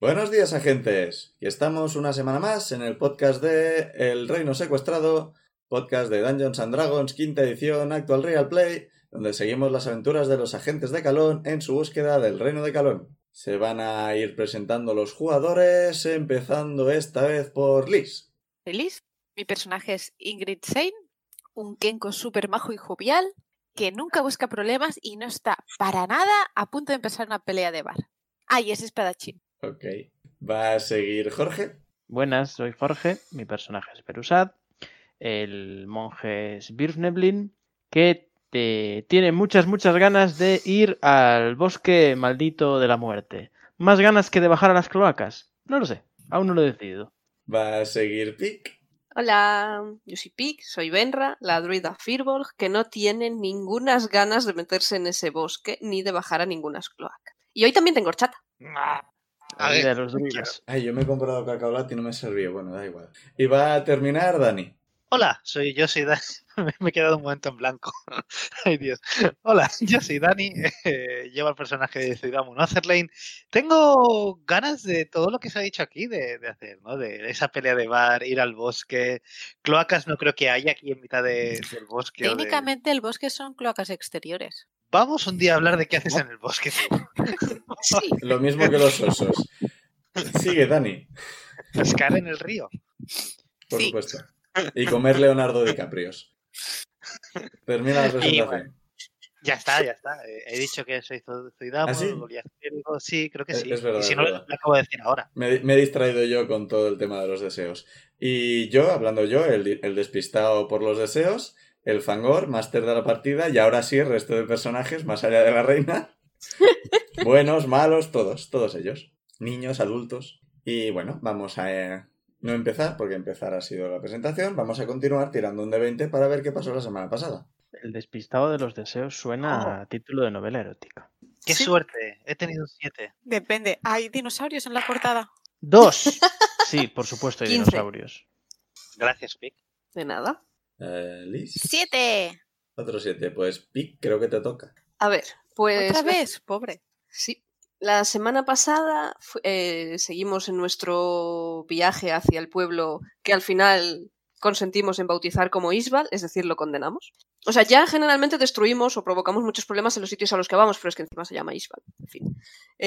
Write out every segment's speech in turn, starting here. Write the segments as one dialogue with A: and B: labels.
A: Buenos días, agentes. Y estamos una semana más en el podcast de El Reino Secuestrado, podcast de Dungeons and Dragons, quinta edición, actual Real Play, donde seguimos las aventuras de los agentes de Calón en su búsqueda del Reino de Calón. Se van a ir presentando los jugadores, empezando esta vez por Liz.
B: feliz. Mi personaje es Ingrid Sein, un Kenko súper majo y jovial que nunca busca problemas y no está para nada a punto de empezar una pelea de bar. Ah, y es espadachín.
A: Ok. Va a seguir Jorge.
C: Buenas, soy Jorge, mi personaje es Perusad, el monje es Birfneblin, que te- tiene muchas, muchas ganas de ir al bosque maldito de la muerte. Más ganas que de bajar a las cloacas. No lo sé, aún no lo he decidido.
A: Va a seguir Pic.
D: Hola, yo soy Pic, soy Benra, la druida Firbolg, que no tiene ningunas ganas de meterse en ese bosque ni de bajar a ninguna cloaca. Y hoy también tengo horchata.
C: La
E: A ver,
C: vida de los druidas.
A: Ay, yo me he comprado cacaolat y no me servía. Bueno, da igual. Y va a terminar Dani.
E: Hola, soy yo, soy Dani. Me he quedado un momento en blanco. Ay, Dios. Hola, yo soy Dani. eh, llevo al personaje de Ciudadamo Notherlane. Tengo ganas de todo lo que se ha dicho aquí de, de hacer, ¿no? De esa pelea de bar, ir al bosque. Cloacas no creo que haya aquí en mitad de- del bosque. o de-
B: Técnicamente el bosque son cloacas exteriores.
E: Vamos un día a hablar de qué haces en el bosque. tío.
B: Sí,
A: Lo mismo que los osos. Sigue, Dani.
E: Pescar en el río.
A: Por
B: Sí.
A: supuesto. Y comer Leonardo DiCaprio. Termina la presentación.
E: Ya está, ya está. eh, He dicho que soy Ciudadamo.
A: ¿Ah, sí?
E: sí, creo que
A: Es-
E: sí.
A: es verdad,
E: y si
A: es
E: no,
A: verdad.
E: lo acabo de decir ahora.
A: Me, me he distraído yo con todo el tema de los deseos. Y yo, hablando yo, el, el despistado por los deseos, el fangor, máster de la partida, y ahora sí, el resto de personajes, más allá de la reina. Buenos, malos, todos, todos ellos. Niños, adultos. Y bueno, vamos a eh, no empezar, porque empezar ha sido la presentación. Vamos a continuar tirando un de 20 para ver qué pasó la semana pasada.
C: El despistado de los deseos
E: Oh.
C: suena a título de novela erótica.
E: Qué
B: Sí.
E: suerte. He tenido un 7.
B: depende. Hay dinosaurios en la portada.
C: Dos. Sí, por supuesto, hay
D: Quince.
C: dinosaurios.
E: Gracias, Pic.
D: De nada.
A: Eh, Liz,
B: ¡Siete!
A: otro 7. Pues Pic, creo que te toca.
D: A ver, pues.
B: ¿Otra vez? Pobre.
D: Sí. La semana pasada fu- eh, seguimos en nuestro viaje hacia el pueblo que al final consentimos en bautizar como Isbal, es decir, lo condenamos. O sea, ya generalmente destruimos o provocamos muchos problemas en los sitios a los que vamos, pero es que encima se llama Isbal. En fin.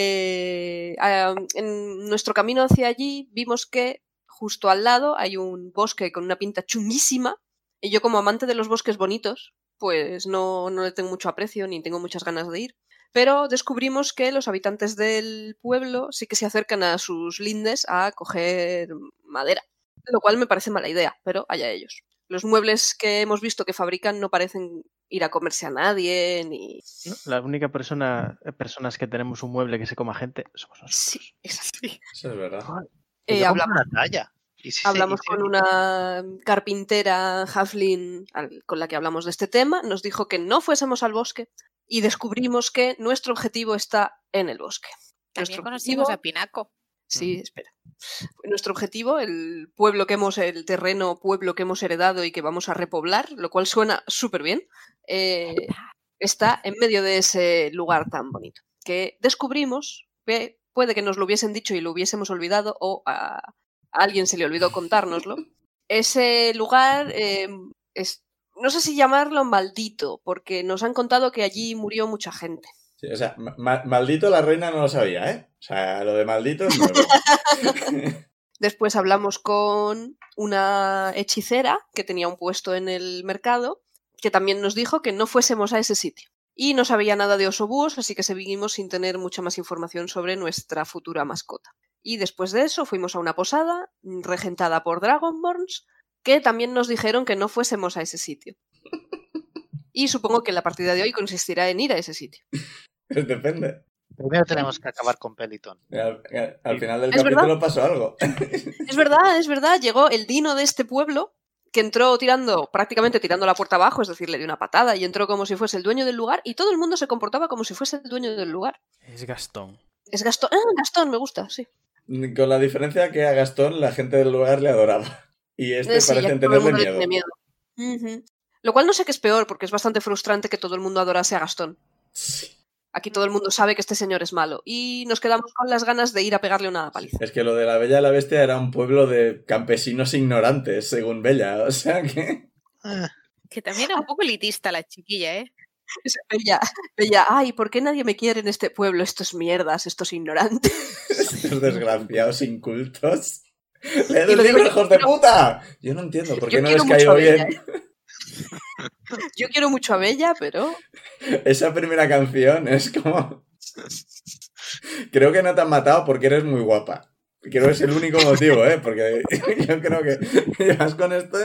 D: Eh, ah, en nuestro camino hacia allí vimos que justo al lado hay un bosque con una pinta chunguísima y yo como amante de los bosques bonitos, pues no, no le tengo mucho aprecio ni tengo muchas ganas de ir pero descubrimos que los habitantes del pueblo sí que se acercan a sus lindes a coger madera, lo cual me parece mala idea, pero allá ellos. Los muebles que hemos visto que fabrican no parecen ir a comerse a nadie, ni...
C: ¿no? La única persona, eh, personas que tenemos un mueble que se coma gente somos nosotros.
D: Sí, exacto.
A: Eso es verdad.
E: Que
D: Eh,
E: yo compro
D: hablamos
E: una talla. Y si se- y
D: hablamos
E: si-
D: con una carpintera Haflin al- con la que hablamos de este tema, nos dijo que no fuésemos al bosque y descubrimos que nuestro objetivo está en el bosque.
B: También
D: Nuestro
B: conocimos
D: objetivo-
B: a Pinaco.
D: Sí, espera. Nuestro objetivo, el pueblo que hemos, el terreno pueblo que hemos heredado y que vamos a repoblar, lo cual suena súper bien, eh, está en medio de ese lugar tan bonito. Que descubrimos que puede que nos lo hubiesen dicho y lo hubiésemos olvidado, o a, a alguien se le olvidó contárnoslo. Ese lugar eh, es. No sé si llamarlo maldito, porque nos han contado que allí murió mucha gente.
A: Sí, o sea, ma- ma- maldito la reina no lo sabía, ¿eh? O sea, lo de maldito es nuevo.
D: Después hablamos con una hechicera que tenía un puesto en el mercado, que también nos dijo que no fuésemos a ese sitio. Y no sabía nada de osobúos, así que seguimos sin tener mucha más información sobre nuestra futura mascota. Y después de eso fuimos a una posada mm, regentada por Dragonborns, que también nos dijeron que no fuésemos a ese sitio. Y supongo que la partida de hoy consistirá en ir a ese sitio.
A: Pues depende.
E: Primero tenemos que acabar con Peliton.
A: Al, al- al final del
D: ¿Es
A: capítulo
D: verdad?
A: pasó algo.
D: Es verdad, es verdad. Llegó el dino de este pueblo que entró tirando, prácticamente tirando la puerta abajo, es decir, le dio una patada y entró como si fuese el dueño del lugar y todo el mundo se comportaba como si fuese el dueño del lugar.
F: Es Gastón.
D: Es Gastón. Ah, Gastón, me gusta, sí.
A: Con la diferencia que a Gastón la gente del lugar le adoraba. Y este
D: Sí, ya
A: parece
D: que todo el
A: entenderle
D: mundo le
A: miedo.
D: tiene miedo. Ujú. Lo cual no sé qué es peor, porque es bastante frustrante que todo el mundo adorase a Gastón.
A: Sí.
D: Aquí todo el mundo sabe que este señor es malo y nos quedamos con las ganas de ir a pegarle una paliza.
A: Es que lo de la Bella y la Bestia era un pueblo de campesinos ignorantes, según Bella. O sea que.
E: Ah,
B: Que también era un poco elitista la chiquilla, ¿eh?
D: Esa Bella, bella, ay, ¿por qué nadie me quiere en este pueblo? Estos mierdas, estos ignorantes.
A: Estos desgraciados incultos. ¡Leed
D: Y
A: el
D: lo digo
A: libro,
D: yo,
A: hijos de
D: quiero-
A: puta! Yo no entiendo por qué
D: Yo
A: no
D: quiero
A: les
D: mucho
A: cayó
D: a Bella, ¿eh?
A: bien.
D: Yo quiero mucho a Bella, pero
A: Esa primera canción es como. Creo que no te han matado porque eres muy guapa. Creo que es el único motivo, ¿eh? Porque yo creo que llevas con esto.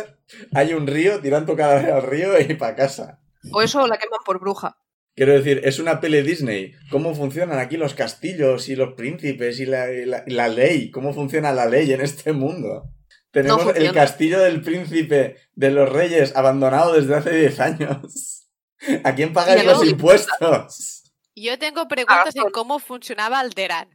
A: Hay un río, tiran tu cadáver al río y para casa.
D: o eso o la queman por bruja.
A: Quiero decir, es una peli Disney. ¿Cómo funcionan aquí los castillos y los príncipes y la, y la- y la ley? ¿Cómo funciona la ley en este mundo? Tenemos el
D: funciona.
A: castillo del príncipe de los reyes abandonado desde hace 10 años. ¿A quién pagáis
D: Y luego-
A: los impuestos?
B: Yo tengo preguntas
D: Gastón.
B: en cómo funcionaba Alderan,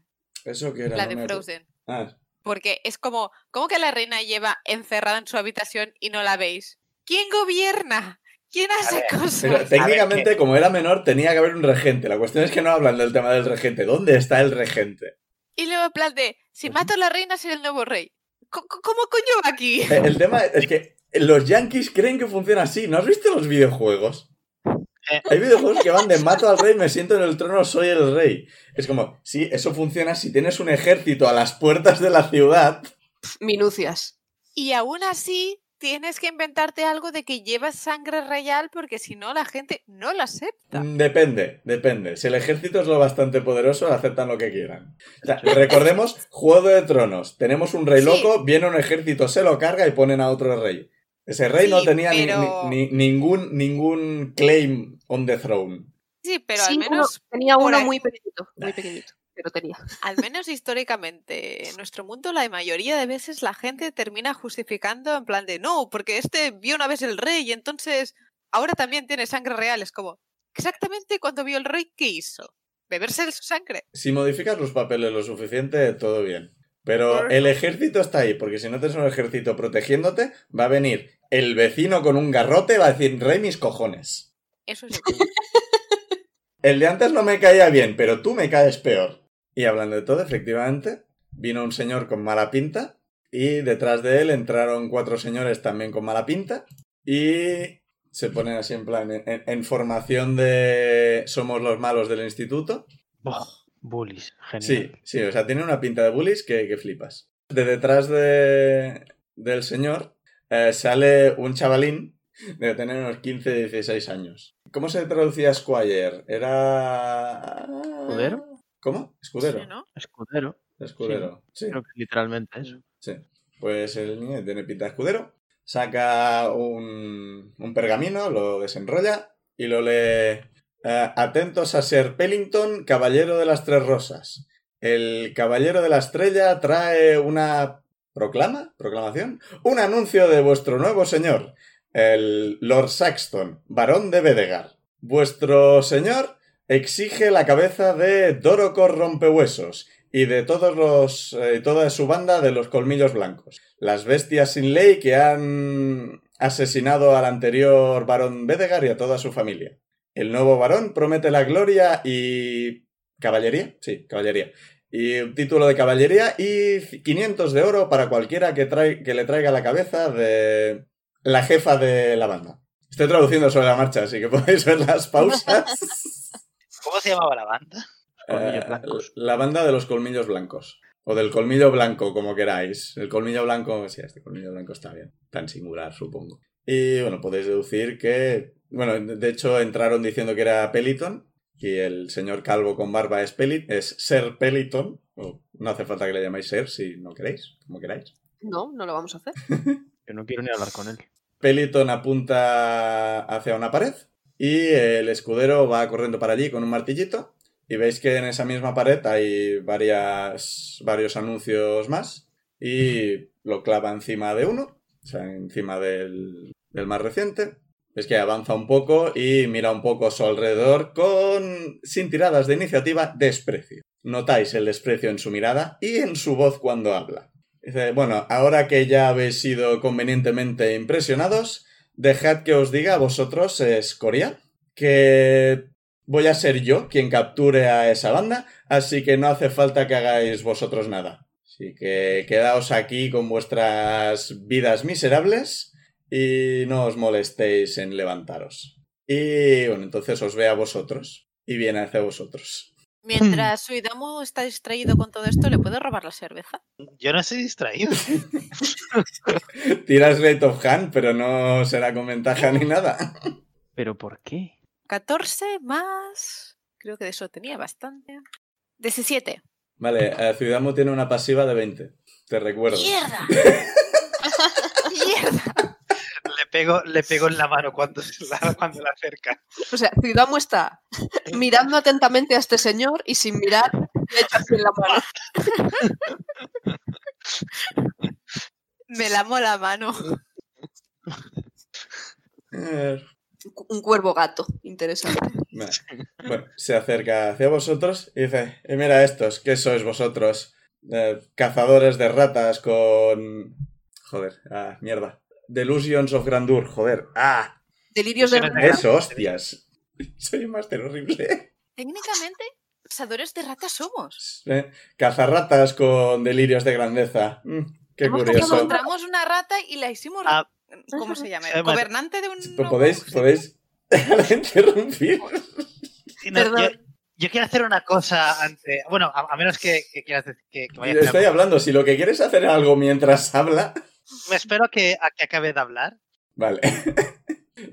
A: Eso que era.
B: la
A: no
B: de
A: me acuerdo.
B: Frozen.
A: Ah,
B: Porque es como, ¿cómo que la reina lleva encerrada en su habitación y no la veis? ¿Quién gobierna? ¿Quién hace
E: ver,
B: cosas?
A: pero técnicamente,
E: ver,
A: como era menor, tenía que haber un regente. La cuestión es que no hablan del tema del regente. ¿Dónde está el regente?
B: Y luego en plan de, si mato a la reina seré el nuevo rey. Co- co- ¿Cómo, coño va aquí?
A: Eh, El tema es que los yankees creen que funciona así. ¿No has visto los videojuegos?
E: Eh.
A: Hay videojuegos que van de mato al rey, me siento en el trono, soy el rey. Es como, sí, eso funciona si tienes un ejército a las puertas de la ciudad.
D: Minucias.
B: Y aún así tienes que inventarte algo de que llevas sangre real porque si no la gente no la acepta.
A: Mm, Depende, depende. Si el ejército es lo bastante poderoso, aceptan lo que quieran. O sea, recordemos, Juego de Tronos. Tenemos un rey
B: Sí.
A: loco, viene un ejército, se lo carga y ponen a otro rey. Ese rey no
B: Sí,
A: tenía ni-
B: pero-
A: ni- ni- ningún, ningún claim on the throne.
B: Sí, pero
D: Sí,
B: al
D: bueno,
B: menos,
D: tenía
B: por
D: uno
B: ahí.
D: muy pequeñito, muy pequeñito, pero tenía.
B: al menos históricamente, en nuestro mundo la mayoría de veces la gente termina justificando en plan de no, porque este vio una vez el rey y entonces ahora también tiene sangre real. Es como, exactamente cuando vio el rey, ¿qué hizo? Beberse su sangre.
A: Si modificas los papeles lo suficiente, todo bien. Pero
B: Por-
A: el ejército está ahí, porque si no tienes un ejército protegiéndote, va a venir el vecino con un garrote y va a decir, rey mis cojones.
B: Eso sí.
A: El de antes no me caía bien, pero tú me caes peor. Y hablando de todo, efectivamente, vino un señor con mala pinta y detrás de él entraron cuatro señores también con mala pinta y se ponen así en plan, en- en- en formación de somos los malos del instituto.
C: Buah, bullies, genial.
A: Sí, sí, o sea, tiene una pinta de bullies que, que flipas. De detrás de, del señor eh, sale un chavalín, debe tener unos 15, 16 años. ¿Cómo se traducía Squire? Era...
C: ¿Escudero?
A: ¿Cómo? Escudero.
B: ¿no?
C: Escudero,
A: Escudero. Sí.
C: creo que literalmente
E: Mm.
C: eso.
A: Pues el niño tiene pinta de escudero. Saca un, un pergamino, lo desenrolla y lo lee. eh, atentos a Sir Pellington, caballero de las tres rosas. El caballero de la estrella trae una proclama, proclamación, un anuncio de vuestro nuevo señor, el Lord Saxton, barón de Bedegar. Vuestro señor exige la cabeza de Dorocor Rompehuesos, y de todos los eh, toda su banda de los colmillos blancos. Las bestias sin ley que han asesinado al anterior varón Bedegar y a toda su familia. El nuevo varón promete la gloria y caballería, sí, caballería. Y un título de caballería y 500 de oro para cualquiera que, trai- que le traiga la cabeza de la jefa de la banda. Estoy traduciendo sobre la marcha, así que podéis ver las pausas.
E: ¿Cómo se llamaba la banda?
A: Eh,
C: Colmillos blancos.
A: La banda de los colmillos blancos. O del colmillo blanco, como queráis. El colmillo blanco, sí, este colmillo blanco está bien. Tan singular, supongo. Y bueno, podéis deducir que. Bueno, de hecho entraron diciendo que era Peliton. Y el señor calvo con barba es, Peli- es Ser Peliton. O no hace falta que le llamáis Ser si no queréis, como queráis.
D: No, no lo vamos a hacer.
C: Yo no quiero ni hablar con él.
A: Peliton apunta hacia una pared Y el escudero va corriendo para allí con un martillito. Y veis que en esa misma pared hay varias, varios anuncios más. Y lo clava encima de uno, o sea, encima del, del más reciente. Veis que avanza un poco y mira un poco a su alrededor con, sin tiradas de iniciativa, desprecio. Notáis el desprecio en su mirada y en su voz cuando habla. Dice, bueno, ahora que ya habéis sido convenientemente impresionados, dejad que os diga a vosotros, Escoria, que voy a ser yo quien capture a esa banda, así que no hace falta que hagáis vosotros nada. Así que quedaos aquí con vuestras vidas miserables y no os molestéis en levantaros. Y bueno, entonces os ve a vosotros y viene hacia vosotros.
B: Mientras Suidamu está distraído con todo esto, ¿le puedo robar la cerveza?
E: Yo no estoy distraído. ¿eh?
A: Tiras Rate of Hand, pero no será con ventaja ni nada.
C: ¿Pero por qué?
B: 14 más. Creo que de eso tenía bastante. 17.
A: Vale, eh, Ciudadamo tiene una pasiva de 20. Te recuerdo.
B: ¡Mierda! ¡Mierda!
E: Le pego, le pego en la mano cuando, se la, cuando la acerca.
D: O sea, Ciudadamo está mirando atentamente a este señor y sin mirar le echa así en la mano.
B: Me lamo la mano.
A: Eh,
D: Un cu- Un cuervo gato, interesante.
A: Vale. Bueno, se acerca hacia vosotros y dice, "Eh, mira estos, ¿qué sois vosotros? Eh, cazadores de ratas con... Joder, ah, mierda. Delusions of Grandeur, joder. Ah,
D: Delirios
B: Pues
D: de
E: Ilusiones de
A: eso, hostias. Soy un máster horrible.
B: Técnicamente, cazadores de ratas somos.
A: Eh, cazarratas con delirios de grandeza. Mm, qué
D: Hemos
A: curioso.
D: cazado
B: Encontramos una rata y la hicimos...
E: Ah.
B: ¿Cómo se llama?
E: Eh, bueno.
B: Gobernante de un...
A: Pues ¿Podéis, podéis interrumpir?
E: Sí, no,
D: Perdón.
E: yo, yo quiero hacer una cosa antes. Bueno, a, a menos que, que quieras decir que, que vaya a hacer
A: Estoy
E: algo.
A: hablando, si lo que quieres hacer es algo mientras habla...
E: Me espero que, a que acabe de hablar.
A: Vale.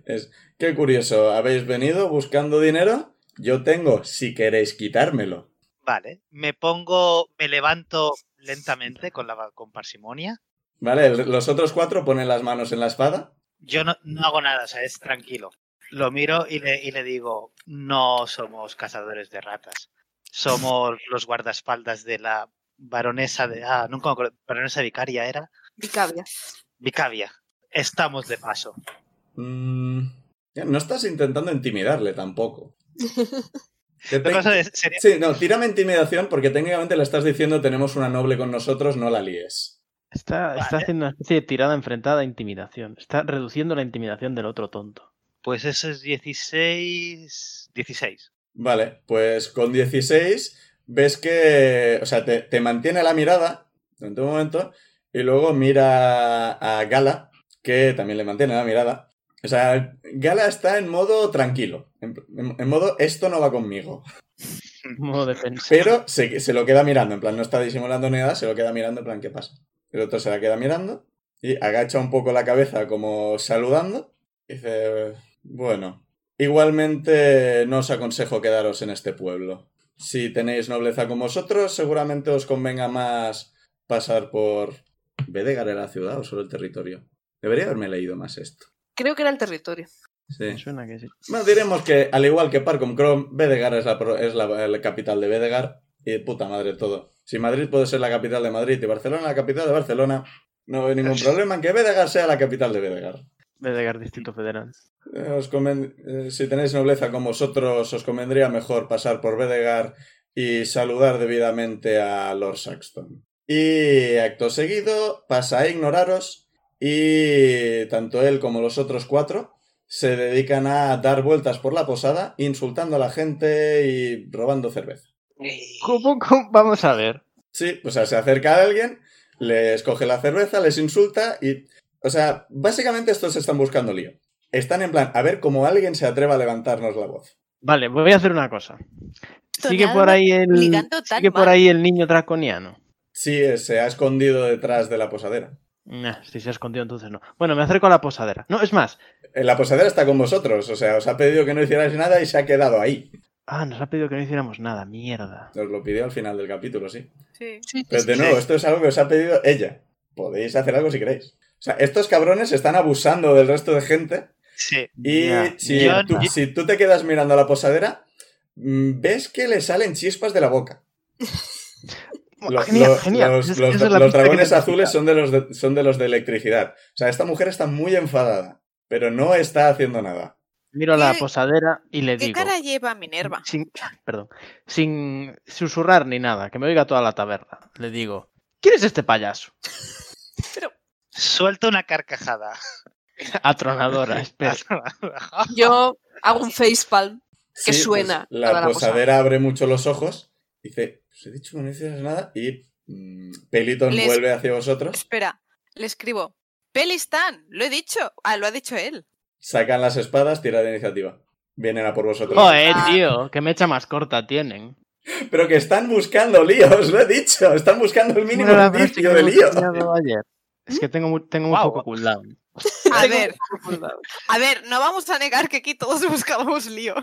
A: Es, qué curioso, habéis venido buscando dinero. Yo tengo, si queréis quitármelo.
E: Vale. Me pongo, me levanto lentamente con, la, con parsimonia.
A: Vale, el- los otros cuatro ponen las manos en la espada.
E: Yo no, no hago nada, o sea, es tranquilo. Lo miro y le, y le digo, no somos cazadores de ratas. Somos los guardaespaldas de la baronesa de... Ah, nunca me acuerdo. Baronesa vicaria era.
D: Vicavia.
E: Vicavia. Estamos de paso.
A: Mm, ya, no estás intentando intimidarle tampoco. Que
E: La
A: te-
E: cosa es- sería-
A: Sí, no, tírame intimidación porque técnicamente le estás diciendo tenemos una noble con nosotros, no la líes.
C: Está, está
E: Vale.
C: haciendo una especie de tirada enfrentada a intimidación. Está reduciendo la intimidación del otro tonto.
E: Pues eso es 16... 16.
A: Vale, pues con 16 ves que, o sea, te, te mantiene la mirada durante un momento y luego mira a Gala, que también le mantiene la mirada. O sea, Gala está en modo tranquilo, en, en- en modo esto no va conmigo,
E: Mm.
C: Modo de pensar.
A: pero se, se lo queda mirando, en plan no está disimulando ni nada, se lo queda mirando, en plan ¿qué pasa? El otro se la queda mirando y agacha un poco la cabeza como saludando. y Dice, bueno, igualmente no os aconsejo quedaros en este pueblo. Si tenéis nobleza como vosotros, seguramente os convenga más pasar por... ¿Vedegar era la ciudad o solo el territorio? Debería haberme leído más esto.
D: Creo que era el territorio.
A: Sí.
C: Me suena que sí.
A: Bueno, diremos que, al igual que Parcom Chrome, Vedegar es, la, pro- es la- la capital de Vedegar. Y puta madre todo. Si Madrid puede ser la capital de Madrid y Barcelona la capital de Barcelona, no hay ningún problema en que Vedegar sea la capital de Vedegar.
C: Vedegar Distrito Federal.
A: Eh, os conven- eh, si tenéis nobleza como vosotros, os convendría mejor pasar por Vedegar y saludar debidamente a Lord Saxton. Y acto seguido pasa a ignoraros y tanto él como los otros cuatro se dedican a dar vueltas por la posada insultando a la gente y robando cerveza.
C: ¿Cómo, cómo? Vamos a ver.
A: Sí, o sea, se acerca a alguien, les coge la cerveza, les insulta y... O sea, básicamente estos están buscando lío. Están en plan, a ver cómo alguien se atreva a levantarnos la voz.
C: Vale, voy a hacer una cosa. Sigue
B: Tonal,
C: por ahí el,
B: ligando tan
C: sigue por
B: mal.
C: ahí el niño draconiano.
A: Sí, eh, se ha escondido detrás de la posadera.
C: Nah, si se ha escondido entonces no. Bueno, me acerco a la posadera. No, es más.
A: Eh, La posadera está con vosotros, o sea, os ha pedido que no hicierais nada y se ha quedado ahí.
C: Ah, nos ha pedido que no hiciéramos nada. Mierda.
A: Os lo pidió al final del capítulo, sí.
B: Sí.
A: Pero de nuevo, esto es algo que os ha pedido ella. Podéis hacer algo si queréis. O sea, estos cabrones están abusando del resto de gente
E: Sí.
A: Y
F: Ya,
A: si,
E: ya.
A: tú, si tú te quedas mirando a la posadera, mm, ves que le salen chispas de la boca. Lo-
C: Genial,
A: lo-
C: genial.
A: Los,
C: Es-
A: los-
C: esa es la
A: los
C: pista que
A: dragones
C: necesitaba.
A: azules son de, los de- son de los de electricidad. O sea, esta mujer está muy enfadada, pero no está haciendo nada.
C: Miro a la
B: ¿Qué-
C: posadera y le
B: ¿Qué
C: digo.
B: cara lleva Minerva?
C: Sin, perdón. Sin susurrar ni nada, que me oiga toda la taberna. Le digo, ¿quién es este payaso?
E: Suelta una carcajada.
C: Atronadora, espera.
D: Yo hago un facepalm. Que
A: Sí,
D: suena
A: pues,
D: toda
A: la
D: la
A: posadera abre mucho los ojos, dice, os he dicho que no hicieras nada, y mm, Peliton
B: Les-
A: vuelve hacia vosotros,
B: Espera, le escribo. Pelistan, lo he dicho. Ah, lo ha dicho él.
A: sacan las espadas, tira de iniciativa. Vienen a por vosotros.
C: Joder, tío, qué mecha más corta tienen.
A: Pero que están buscando líos, lo he dicho. Están buscando el mínimo indicio de lío.
C: Es que tengo, mu- tengo muy
E: Guau.
C: poco cooldown.
B: A ver, a ver, no vamos a negar que aquí todos buscábamos lío.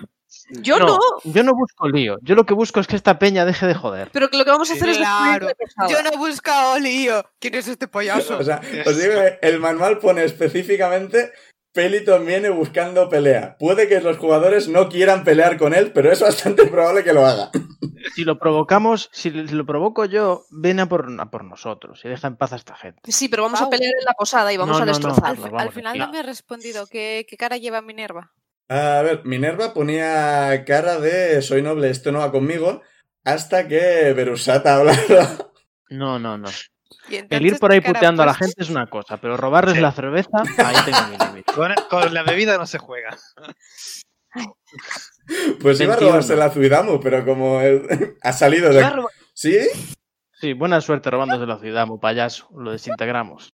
D: Yo no.
C: Yo no busco lío. Yo lo que busco es que esta peña deje de joder.
D: Pero que lo que vamos a hacer
B: Claro.
D: es destruir la
C: Ah,
D: posada.
B: Yo no he buscado lío. ¿Quién es este payaso?
A: O sea, os digo que el manual pone específicamente Peliton viene buscando pelea. Puede que los jugadores no quieran pelear con él, pero es bastante probable que lo haga.
C: Si lo provocamos, si l- si lo provoco yo, ven a por, a por nosotros y deja en paz a esta gente.
D: Sí, pero vamos
B: Pau.
D: a pelear en la posada y vamos
C: No, no,
D: a
C: no.
D: destrozarla.
B: al,
C: vamos,
B: fi-
C: vamos,
B: al final
C: venga.
B: no me ha respondido. ¿Qué, qué cara lleva Minerva?
A: A ver, Minerva ponía cara de soy noble, esto no va conmigo, hasta que Berusat ha hablado.
C: No, no, no.
B: Y
C: El
B: entonces,
C: ir por ahí
B: ¿qué cara ha
C: puteando a la
B: puesto?
C: gente es una cosa, pero robarles
E: Sí.
C: la cerveza, ahí tengo mi límite.
E: Con, con la bebida no se juega.
A: Pues iba a
C: 21.
A: robarse la Zuidamu, pero como él- ha salido de...
E: Claro,
A: ¿Sí?
C: Sí, buena suerte robando de la ciudad, mo payaso. Lo desintegramos.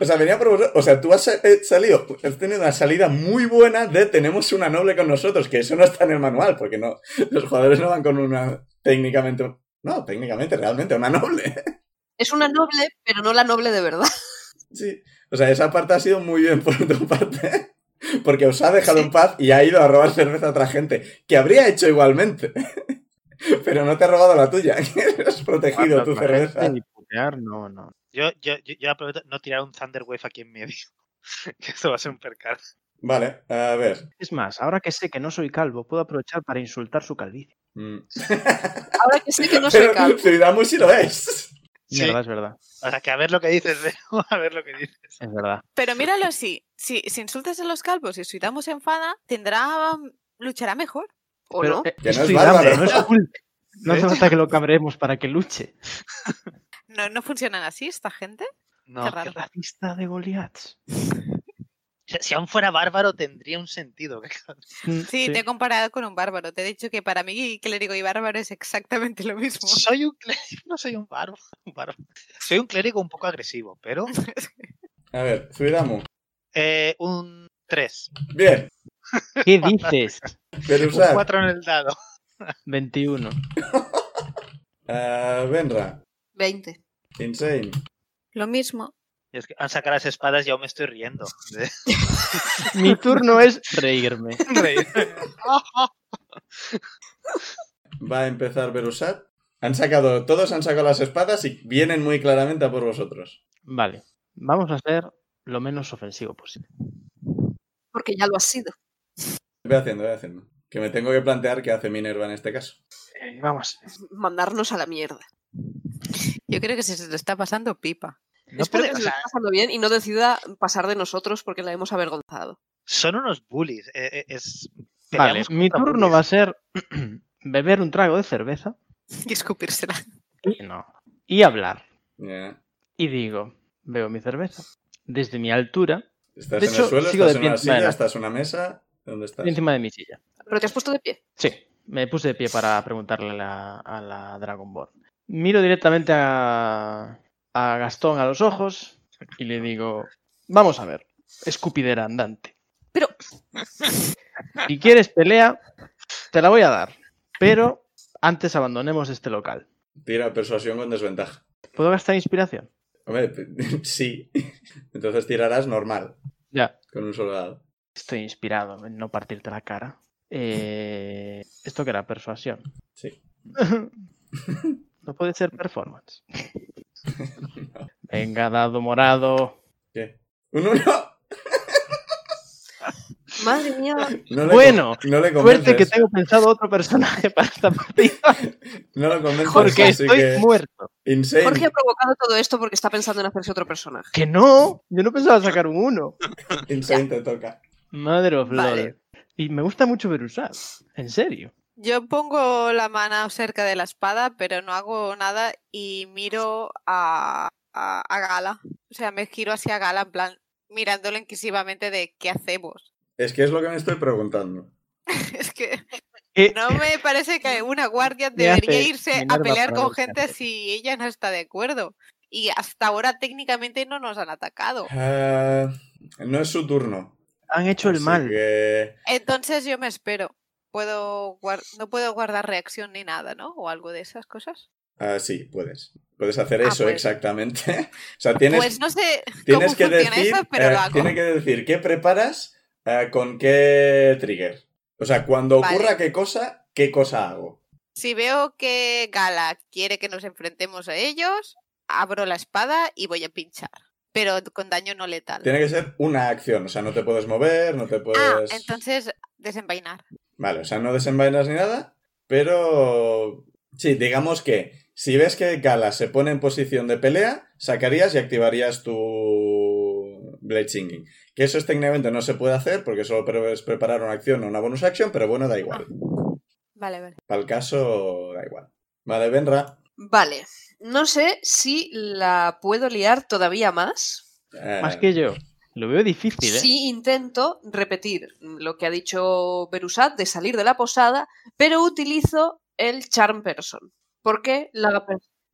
A: O sea, venía por vosotros. O sea, tú has eh, salido, has tenido una salida muy buena de tenemos una noble con nosotros, que eso no está en el manual, porque no, los jugadores no van con una técnicamente. No, técnicamente, realmente, una noble.
D: Es una noble, pero no la noble de verdad.
A: Sí. O sea, esa parte ha sido muy bien por tu parte. Porque os ha dejado en paz y ha ido a robar cerveza a otra gente, que habría hecho igualmente. Pero no te ha robado la tuya, que has protegido tu
C: Otra gente
A: cerveza.
C: ni putear, no, no.
E: Yo, yo, yo, yo aprovecho no tirar un Thunder Wave aquí en medio. Que esto va a ser un percal.
A: Vale, a ver.
C: Es más, ahora que sé que no soy calvo, puedo aprovechar para insultar su calvicie.
A: Mm.
D: Ahora que sé que no se
A: Pero
D: calma.
A: Zuidamu sí lo es.
E: Sí.
C: Mierda, es verdad.
E: O sea, que a ver lo que dices, Bego, a ver lo que dices.
C: Es verdad.
B: Pero míralo así. Si, si insultas a los calvos y Suidamo se enfada, tendrá luchará mejor.
D: ¿O
C: Pero,
D: no?
C: eh,
A: Que no es
C: estoy
A: bárbaro.
C: dando, no es cool. No
E: ¿Eh?
C: hace falta que lo cabremos para que luche.
B: No, no funcionan así esta gente.
E: No,
B: Qué
E: qué
B: raro.
E: raro.
C: Racista de Goliaths.
E: Si- Si aún fuera bárbaro, tendría un sentido. qué cabrón.
C: Mm,
B: Sí, te he comparado con un bárbaro. Te he dicho que para mí clérigo y bárbaro es exactamente lo mismo.
E: Soy un clérigo, no soy un bárbaro. un bárbaro. Soy un clérigo un poco agresivo, pero.
A: A ver, Zuidamu.
E: eh, un 3.
A: Bien,
C: ¿Qué dices?
E: Un
A: Berusat.
E: 4 en el dado.
C: 21.
A: ah, Benra.
D: 20.
A: Insane.
B: Lo mismo.
E: Y es que han sacado las espadas y aún me estoy riendo. de-
C: Mi turno es reírme.
E: reír.
A: Va a empezar Berusat. Han sacado, todos han sacado las espadas y vienen muy claramente a por vosotros.
C: Vale, vamos a ser lo menos ofensivo posible.
D: Porque ya lo has sido.
A: Ve haciendo, ve haciendo. Que me tengo que plantear qué hace Minerva en este caso.
C: Eh, vamos.
D: Mandarnos a la mierda.
B: Yo creo que se lo está pasando pipa.
E: No
D: Espero
E: puede-
D: que
E: o
D: se lo
E: sea,
D: esté pasando bien y no decida pasar de nosotros porque la hemos avergonzado.
E: son unos bullies. eh, eh, es,
C: Vale,
E: peleamos
C: mi
E: contra
C: turno
E: bullies.
C: va a ser beber un trago de cerveza.
B: Y escupírsela.
C: Y no. Y hablar.
A: Ya.
C: Y digo, veo mi cerveza. Desde mi altura,
A: Estás
C: De
A: en
C: hecho,
A: el suelo,
C: sigo
A: estás en
C: de
A: una
C: pie encima de
A: silla,
C: la-
A: estás en una mesa. ¿Dónde estás?
C: encima de mi silla.
D: Pero te has puesto de pie.
C: Sí, me puse de pie para preguntarle a la, a la Dragon Ball. Miro directamente a, a Gastón a los ojos y le digo, vamos a ver, escupidera andante.
D: Pero-
C: Si quieres pelea, te la voy a dar, pero antes abandonemos este local.
A: Tira persuasión con desventaja.
C: ¿Puedo gastar inspiración?
A: Hombre, sí. Entonces tirarás normal,
C: Ya,
A: con un solo dado.
C: estoy inspirado en no partirte la cara. Eh, ¿Esto que era? Persuasión.
A: Sí.
C: No puede ser performance. Venga, dado morado.
A: ¿Qué? ¡Un uno!
D: Madre mía.
A: No le
C: Bueno,
A: con- no le
C: Suerte que
A: convences.
C: tengo pensado otro personaje para esta partida,
A: No lo convences,
C: porque
A: así
C: estoy
A: que-
C: muerto.
A: Insane.
D: Jorge ha provocado todo esto porque está pensando en hacerse otro personaje.
C: Que no, yo no pensaba sacar un uno.
A: Insane te toca.
C: Madre of
D: Vale.
C: Lord. Y me gusta mucho Berusat, en serio.
B: Yo pongo la mano cerca de la espada, pero no hago nada y miro a, a- a Gala. O sea, me giro hacia Gala en plan, mirándolo inquisivamente de qué hacemos.
A: Es que es lo que me estoy preguntando.
B: Es que
C: Eh,
B: no me parece que una guardia
C: Me hace
B: debería irse a
C: Minerva
B: pelear
C: Prado,
B: con
C: ¿qué
B: gente
C: haces?
B: si ella no está de acuerdo. Y hasta ahora técnicamente no nos han atacado.
A: Ah, no es su turno.
C: han hecho el
A: así
C: mal.
A: que-
B: Entonces yo me espero. Puedo guar- no puedo guardar reacción ni nada, ¿no? O algo de esas cosas.
A: ah, sí, puedes. Puedes hacer
B: Ah,
A: eso
B: pues.
A: exactamente. o sea, tienes,
B: pues no sé
A: tienes
B: cómo
A: que
B: funciona
A: decir,
B: eso, pero
A: eh,
B: lo hago.
A: tiene que decir qué preparas eh, con qué trigger. O sea, cuando
B: Vale.
A: ocurra qué cosa, qué cosa hago.
B: Si veo que Gala quiere que nos enfrentemos a ellos, abro la espada y voy a pinchar. Pero con daño no letal.
A: Tiene que ser una acción. O sea, no te puedes mover, no te puedes.
B: Ah, entonces desenvainar.
A: Vale, o sea, no desenvainas ni nada, pero sí, digamos que si ves que Gala se pone en posición de pelea, sacarías y activarías tu Blade Singing. Que eso es técnicamente no se puede hacer porque solo puedes preparar una acción o una bonus action, pero bueno, da igual.
B: Vale, vale.
A: Para el caso, da igual. Vale, Benra.
D: Vale. No sé si la puedo liar todavía más.
A: eh,
C: Más que yo. Lo veo difícil, ¿eh?
D: Si intento repetir lo que ha dicho Berusat de salir de la posada, pero utilizo el Charm Person. ¿Por qué? La...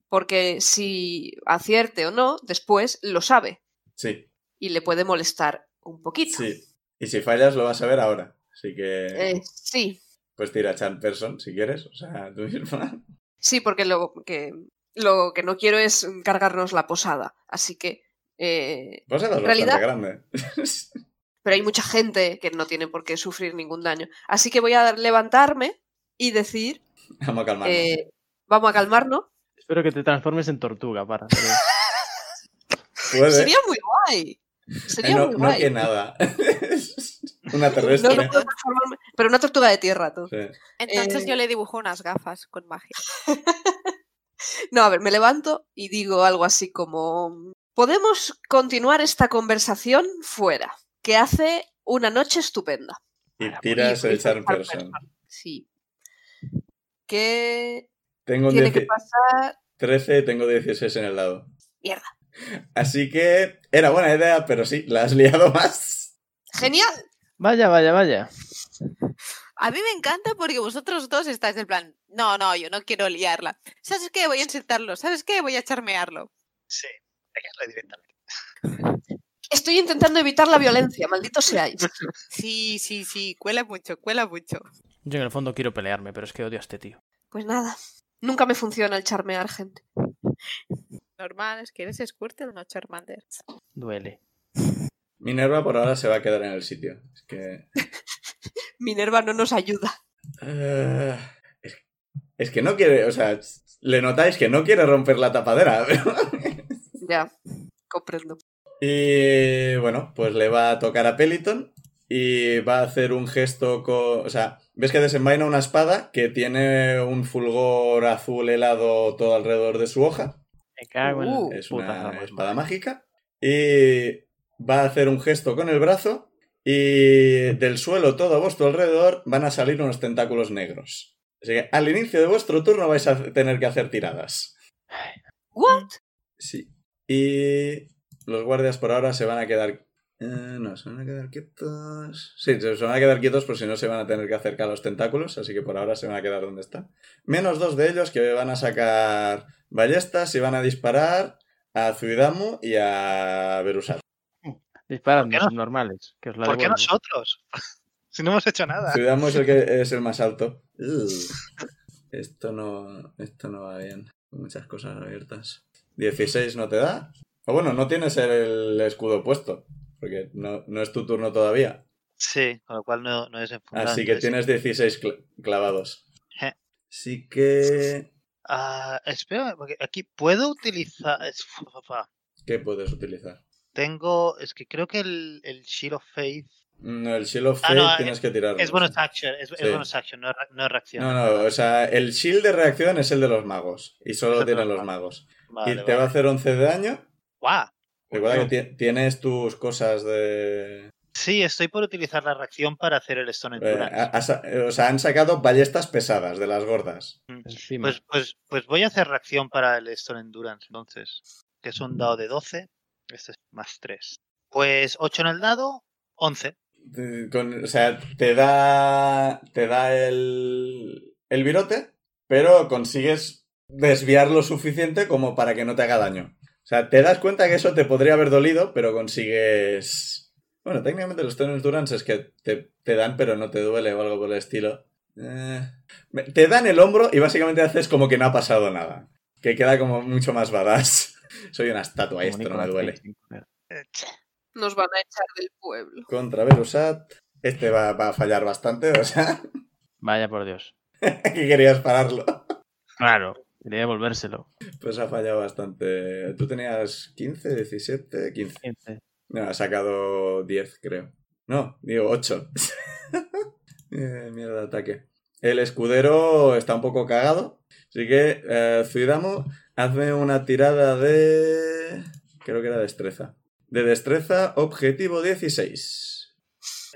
D: Porque si acierte o no, después lo sabe
A: Sí,
D: y le puede molestar un poquito.
A: sí. Y si fallas, lo vas a ver ahora. Así que,
D: Eh, sí,
A: pues tira Charm Person si quieres. O sea, tú misma.
D: Sí, porque lo que, lo que no quiero es cargarnos la posada. Así que. eh,
A: Vas a dar Pues bastante
D: Realidad.
A: grande.
D: pero hay mucha gente que no tiene por qué sufrir ningún daño. Así que voy a levantarme y decir:
A: Vamos a calmarnos.
D: eh, Vamos a calmarnos.
C: Espero que te transformes en tortuga para.
A: Puede.
D: Sería muy guay.
A: Eh,
D: Sería
A: no,
D: muy
A: no
D: guay.
A: que nada. Una
D: No, no
A: terrestre.
D: puedo transformarme- pero una tortuga de tierra, tú.
A: Sí.
B: Entonces
D: Eh,
B: yo le dibujo unas gafas con magia.
D: No, a ver, me levanto y digo algo así como: Podemos continuar esta conversación fuera, que hace una noche estupenda.
A: Y tiras
D: Y- y
A: el Charm
D: Charm
A: Person.
D: Sí. Que
A: Tengo un
D: tiene que
A: 10
D: pasar.
A: 13 y tengo 16 en el lado.
D: Mierda.
A: Así que era buena idea, pero sí, la has liado más.
D: Genial.
C: Vaya, vaya, vaya.
B: A mí me encanta porque vosotros dos estáis del plan, no, no, yo no quiero liarla. ¿Sabes qué? Voy a insultarlo. ¿Sabes qué? Voy a charmearlo.
E: Sí, hay que hacerlo directamente.
D: Estoy intentando evitar la violencia, maldito seáis.
B: Sí, sí, sí, cuela mucho, cuela mucho.
F: Yo en el fondo quiero pelearme, pero es que odio a este tío.
D: Pues nada. Nunca me funciona el charmear gente.
B: Normal, es que eres Squirtle, no Charmander.
C: Duele.
A: Minerva por ahora se va a quedar en el sitio. Es que.
D: Minerva no nos ayuda.
A: eh, es, es que no quiere. O sea, le notáis que no quiere romper la tapadera.
D: Ya, comprendo.
A: Y bueno, pues le va a tocar a Peliton y va a hacer un gesto con... O sea, ves que desenvaina una espada que tiene un fulgor azul helado todo alrededor de su hoja.
C: Me cago en la
D: Uh,
A: Es
C: puta
A: una
C: rama.
A: espada mágica. Y va a hacer un gesto con el brazo y del suelo todo a vuestro alrededor van a salir unos tentáculos negros. Así que al inicio de vuestro turno vais a tener que hacer tiradas.
D: ¿What?
A: Sí. Y los guardias por ahora se van a quedar... eh, no, se van a quedar quietos. Sí, se se van a quedar quietos por si no se van a tener que acercar a los tentáculos, así que por ahora se van a quedar donde están. Menos dos de ellos que van a sacar ballestas y van a disparar a Zuidamu y a Berusat.
C: Disparadme,
E: ¿Por qué no?
C: normales. Que os la
E: ¿Por qué
C: devuelvo.
E: nosotros? si no hemos hecho nada.
A: Zuidamu es el que es el más alto. Ugh. Esto no, esto no va bien. Muchas cosas abiertas. 16 no te da. O bueno, no tienes el escudo puesto, porque no- no es tu turno todavía.
E: Sí, con lo cual no, no es enfundado.
A: Así que
E: entonces-
A: tienes 16 cl- clavados.
E: Je.
A: Así que...
E: Ah, espera, porque aquí puedo utilizar. es- fa, fa, fa.
A: ¿Qué puedes utilizar?
E: Tengo. Es que creo que el, el Shield of Faith
A: No, Mm, el Shield of
E: Ah,
A: Fate
E: no,
A: tienes que tirar.
E: Es bonus action, es, es
A: Sí.
E: bonus action, no es, re- no es reacción.
A: No, no, o sea, el Shield de reacción es el de los magos. Y solo lo
E: Eso
A: tienen
E: no es
A: los
E: malo.
A: magos.
E: Vale,
A: y te
E: vale.
A: va a hacer 11 de daño.
E: Guau.
A: Recuerda que ti- tienes tus cosas de.
E: Sí, estoy por utilizar la reacción para hacer el Stone
A: eh,
E: Endurance.
A: ha- ha sa- o sea, han sacado ballestas pesadas de las gordas.
C: Encima.
E: Pues, pues, pues voy a hacer reacción para el Stone Endurance, entonces. Que es un dado de 12. Este es más 3. Pues 8 en el dado, 11.
A: Te- con- o sea, te da. Te da el. El virote, pero consigues desviar lo suficiente como para que no te haga daño. O sea, te das cuenta que eso te podría haber dolido, pero consigues. Bueno, técnicamente los Stone Endurance es que te, te dan, pero no te duele o algo por el estilo. Eh, me- Te dan el hombro y básicamente haces como que no ha pasado nada. Que queda como mucho más badass. Soy una estatua,
C: Como
A: esto no me
C: Nicolas
A: duele.
C: Cage.
E: Eh,
D: Nos van a echar del pueblo.
A: Contra Verusat. Este va, va a fallar bastante, o sea,
C: Vaya por Dios.
A: que querías pararlo.
C: Claro, quería devolvérselo.
A: Pues ha fallado bastante. Tú tenías 15, 17, 15. No, ha sacado 10, creo. No, digo 8. mierda de ataque. El escudero está un poco cagado. Así que, eh, Zuidamo, hazme una tirada de. Creo que era destreza. De destreza, objetivo 16.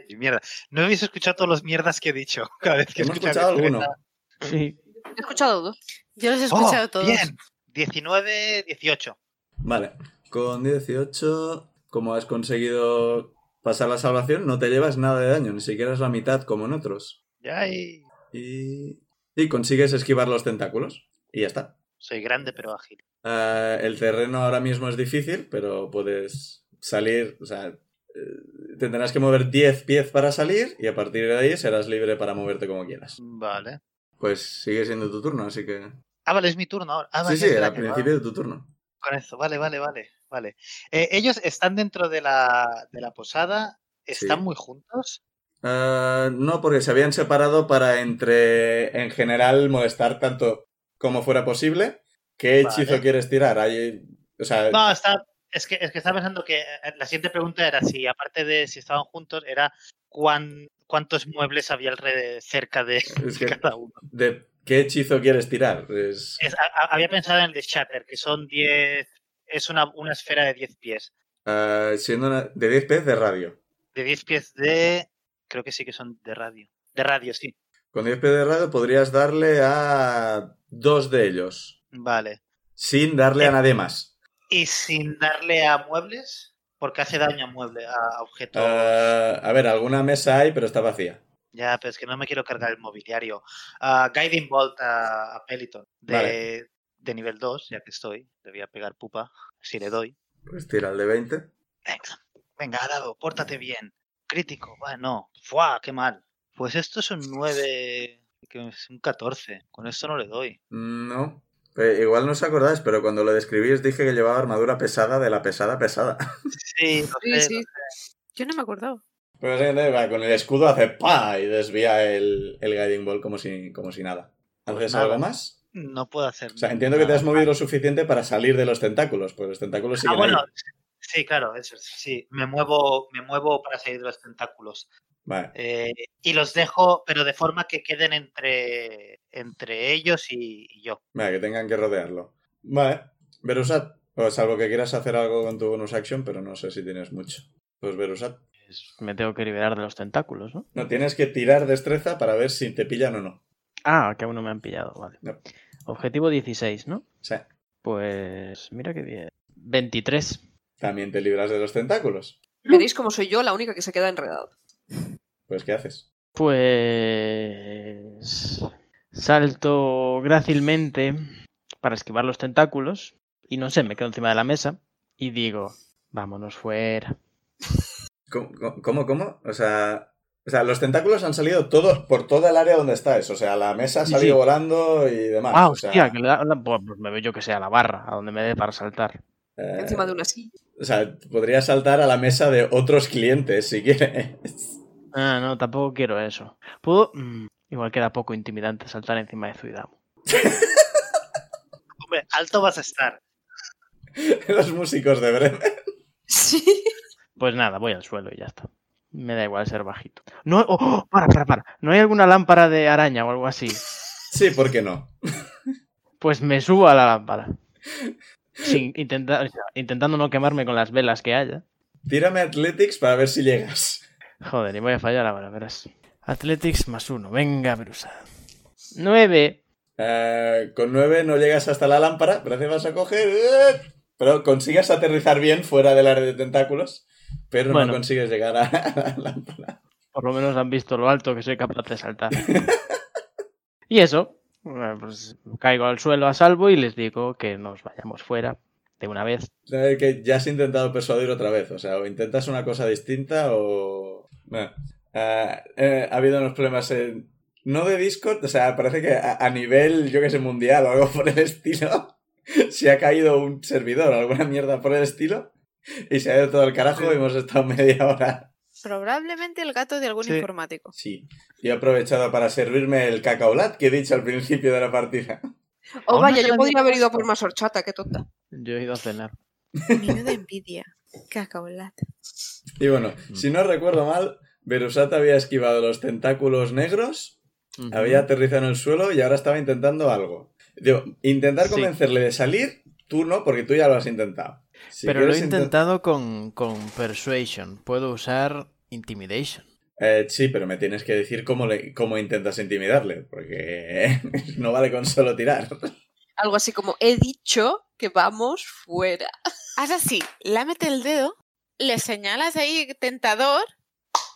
E: y mierda. No habéis escuchado todos los mierdas que he dicho. Cada vez que
A: Hemos
E: escuchaba
A: escuchado
E: mierda.
A: alguno.
C: Sí.
D: He escuchado dos.
B: Yo los he
E: ¡Oh,
B: escuchado todos.
E: Bien. 19, 18.
A: Vale, con 18, como has conseguido pasar la salvación, no te llevas nada de daño, ni siquiera es la mitad como en otros.
E: Ya, y
A: Y, y consigues esquivar los tentáculos. Y ya está.
E: soy grande pero ágil.
A: Ah, el terreno ahora mismo es difícil, pero puedes salir, o sea, eh, tendrás que mover 10 pies para salir y a partir de ahí serás libre para moverte como quieras.
E: Vale.
A: Pues sigue siendo tu turno, así que...
E: Ah, vale, es mi turno ahora. Ah,
A: Sí,
E: vale,
A: sí,
E: espera,
A: al
E: que va
A: principio de tu turno.
E: Con eso, vale, vale, vale. vale. Eh, ellos están dentro de la, de la posada. ¿Están
A: Sí.
E: muy juntos?
A: Ah, no, porque se habían separado para entre, en general, molestar tanto como fuera posible. ¿Qué
E: Vale.
A: hechizo quieres tirar? Hay, o sea,
E: No, está, es, que, es que estaba pensando que eh, la siguiente pregunta era si, aparte de si estaban juntos, era cuán- cuántos muebles había alrededor cerca de,
A: es que-
E: cada uno.
A: de- ¿qué hechizo quieres tirar? Es-
E: Es- a- a- había pensado en el de Shatter, que son 10, es una, una esfera de 10 pies.
A: ah, siendo una- de 10 pies de radio.
E: De 10 pies de, creo que sí que son de radio. De radio, sí.
A: Con 10 pies de radio podrías darle a dos de ellos,
E: Vale.
A: sin darle a
E: Eh.
A: nadie más.
E: Y sin darle a muebles, porque hace daño a muebles, a objetos.
A: Ah, a ver, alguna mesa hay, pero está vacía.
E: Ya, pero es que no me quiero cargar el mobiliario. Ah, Guiding Bolt a, a Peliton de,
A: Vale.
E: de nivel 2, ya que estoy. Le voy a pegar pupa si le doy.
A: Pues tira el de 20.
E: Venga, venga, ha dado, pórtate bien. Crítico, va, no. ¡Fua! ¡Qué mal! Pues esto es un 9, que es un 14. Con esto no le doy.
A: No. Eh, igual no os acordáis, pero cuando lo describís dije que llevaba armadura pesada de la pesada pesada.
E: Sí, lo
D: Sí,
E: sé,
D: sí.
E: lo
B: Yo no me acordaba.
A: Pues gente va con el escudo hace pa y desvía el, el guiding ball como si, como si nada.
E: Pues
A: ¿Haces
E: nada.
A: algo más?
E: sé. No puedo hacer.
A: O sea, entiendo que te
E: nada.
A: has movido lo suficiente para salir de los tentáculos, pues los tentáculos siguen
E: Ah, bueno.
A: ahí.
E: Sí, claro, eso es, sí. Me muevo, me muevo para salir de los tentáculos.
A: Vale.
E: Eh, y los dejo, pero de forma que queden entre, entre ellos y, y yo.
A: Vale, que tengan que rodearlo. Vale. Verusat, o salvo que quieras hacer algo con tu bonus action, pero no sé si tienes mucho. Pues Verusat.
C: Pues me tengo que liberar de los tentáculos, ¿no?
A: No, tienes que tirar destreza para ver si te pillan o no.
C: Ah, que aún no me han pillado, vale.
A: No.
C: Objetivo 16, ¿no?
A: O sea,
C: Pues mira qué bien. 23.
A: también te libras de los tentáculos.
D: Veréis como soy yo la única que se queda enredada.
A: Pues, ¿qué haces?
C: Pues salto grácilmente para esquivar los tentáculos y no sé, me quedo encima de la mesa y digo, vámonos fuera.
A: ¿Cómo, cómo- cómo, cómo? O sea, o sea, los tentáculos han salido todo, por toda el área donde estáis. O sea, la mesa ha
C: Sí,
A: salido
C: sí.
A: volando y demás.
C: Ah,
A: o sea,
C: hostia, que le da- la- pues me veo yo que sea a la barra, a donde me dé para saltar.
A: eh,
D: Encima de una silla.
A: O sea, podrías saltar a la mesa de otros clientes si quieres.
C: Ah, no, tampoco quiero eso. Puedo... mm, igual queda poco intimidante saltar encima de Zuidamo.
E: Hombre, alto vas a estar.
A: los músicos de Bremen.
D: Sí.
C: Pues nada, voy al suelo y ya está.
F: Me da igual ser bajito. No, oh, oh, para, para, para. ¿No hay alguna lámpara de araña o algo así?
A: Sí, ¿por qué no?
F: Pues me subo a la lámpara. Sin intentar, intentando no quemarme con las velas que haya.
A: Tírame Athletics para ver si llegas.
F: Joder, y voy a fallar ahora, verás. Athletics más uno. Venga, Brusa. Nueve.
A: Eh, con 9 no llegas hasta la lámpara, pero te vas a coger. ¡eh! Pero consigues aterrizar bien fuera del área de tentáculos, pero
F: Bueno.
A: no consigues llegar a la lámpara.
F: Por lo menos han visto lo alto que soy capaz de saltar. y eso, eh, pues caigo al suelo a salvo y les digo que nos vayamos fuera de una vez.
A: O sea, que ya has intentado persuadir otra vez, o sea, o intentas una cosa distinta o. Bueno, ah, eh, ha habido unos problemas en- No de Discord, o sea, parece que a, a nivel, yo que sé, mundial o algo por el estilo, se ha caído un servidor o alguna mierda por el estilo y se ha ido todo el carajo y hemos estado media hora
B: Probablemente el gato de algún
E: Sí.
B: informático.
A: Sí. Y he aprovechado para servirme el cacaolat que he dicho al principio de la partida.
D: Oh,
F: Aún no
D: vaya,
F: se
D: yo
F: lo
D: podría
F: digo
D: haber ido a
F: esto.
D: por más horchata, qué tonta.
F: Yo he ido a cenar.
B: Menuda envidia. Cacaolat.
A: Y bueno, si no recuerdo mal, Verusat había esquivado los tentáculos negros,
F: Ujú.
A: había aterrizado en el suelo y ahora estaba intentando algo. Digo, intentar
F: Sí.
A: convencerle de salir, tú no, porque tú ya lo has intentado. Si
G: Pero lo he
A: quieres inten-
G: intentado con, con Persuasion. Puedo usar Intimidation.
A: Eh, sí, pero me tienes que decir cómo, le- cómo intentas intimidarle, porque no vale con solo tirar.
D: Algo así como, he dicho que vamos fuera.
B: Haz así, lámete el dedo, le señalas ahí tentador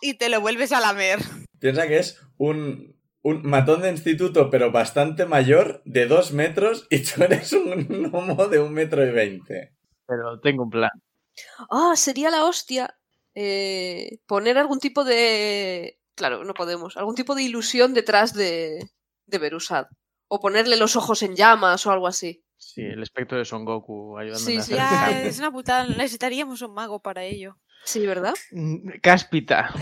B: y te lo vuelves a lamer.
A: Piensa que es un, un matón de instituto, pero bastante mayor, de dos metros, y tú eres un gnomo de un metro y veinte.
F: Pero tengo un plan.
D: Ah, sería la hostia eh, poner algún tipo de... Claro, no podemos. Algún tipo de ilusión detrás de, de Berusad. O ponerle los ojos en llamas o algo así.
F: Sí, el espectro de Son Goku ayudándome
D: Sí,
F: a
D: sí.
F: hacer
B: Ya,
F: el
B: es una putada, necesitaríamos un mago para ello.
D: Sí, ¿verdad?
F: cambio. Mm, Cáspita.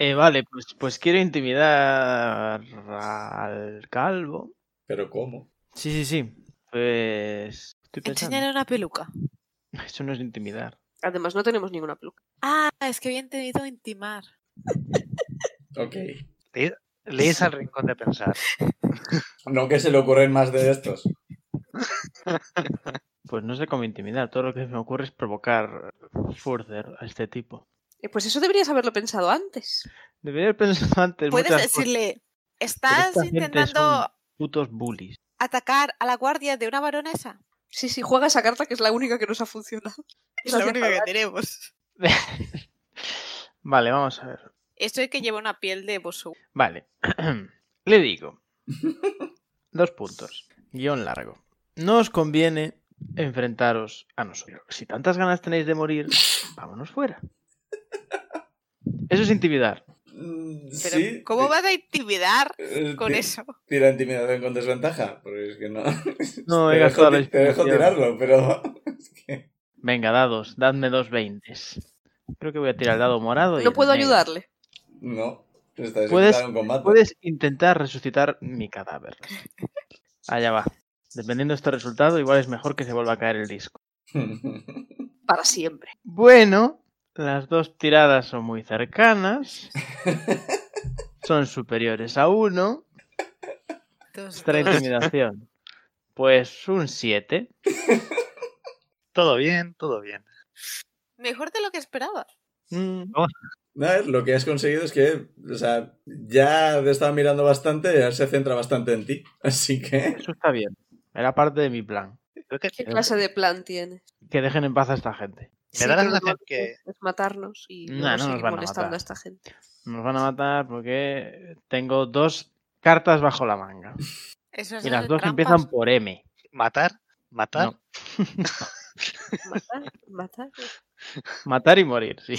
F: Eh, vale, pues, pues quiero intimidar al calvo.
A: ¿Pero cómo?
G: Sí, sí, sí.
F: Pues. estoy pensando.
B: Enséñale una peluca.
F: Eso no es intimidar.
D: Además, no tenemos ninguna peluca.
B: Ah, es que había entendido intimar.
A: Ok.
E: Lees al rincón de pensar.
A: No que se le ocurren más de estos.
F: Pues no sé cómo intimidar. Todo lo que se me ocurre es provocar further a este tipo.
D: Eh, pues eso deberías haberlo pensado antes.
F: Debería haber pensado antes.
B: Puedes
F: muchas cosas.
B: decirle, estás
F: esta gente
B: intentando
F: son- Putos bullies.
B: atacar a la guardia de una baronesa.
D: Sí, sí, juega esa carta que es la única que nos ha funcionado.
B: Es la
D: Gracias,
B: única que
D: Adán.
B: tenemos.
F: Vale, vamos a ver.
B: Esto es que lleva una piel de bosu.
F: Vale. Le digo. Dos puntos. Guión largo. No os conviene enfrentaros a nosotros. Si tantas ganas tenéis de morir, vámonos fuera. Eso es intimidar.
A: Mm,
B: Pero,
A: sí.
B: ¿cómo vas a intimidar
A: Eh,
B: con
A: ti-
B: eso?
A: Tira intimidación con desventaja, porque es que no.
F: No,
A: te,
F: he
A: dejo,
F: gastado la
A: ti- te dejo
F: inspiración.
A: tirarlo, pero.
F: Venga, dados, dadme dos veintes. Creo que voy a tirar el dado morado. y
D: No
F: el
D: puedo
F: negro.
D: ayudarle.
A: No. Estás
F: Puedes-
A: en combate.
F: Puedes intentar resucitar mi cadáver. Allá va. Dependiendo de este resultado, igual es mejor que se vuelva a caer el disco.
D: Para siempre.
F: Bueno, las dos tiradas son muy cercanas. Son superiores a uno.
B: Dos,
F: Extra
B: dos.
F: intimidación. Pues un 7.
E: Todo bien, todo bien.
B: Mejor de lo que esperaba.
A: No, a ver, lo que has conseguido es que, o sea, ya te estaba mirando bastante y ahora se centra bastante en ti. Así que.
F: Eso está bien. Era parte de mi plan.
E: Creo que
D: ¿Qué clase de plan tiene?
F: Que dejen en paz a esta gente.
E: me da la
D: pero
E: sensación
D: no,
E: que
D: Es matarnos y
F: Nah, no
D: luego
F: nos
D: seguir
F: van a
D: molestando
F: matar.
D: a esta gente.
F: Nos van a matar porque tengo dos cartas bajo la manga.
B: Eso
F: Y las dos empiezan por M.
E: matar, matar,
F: No.
D: Matar, matar.
F: Matar y morir, sí.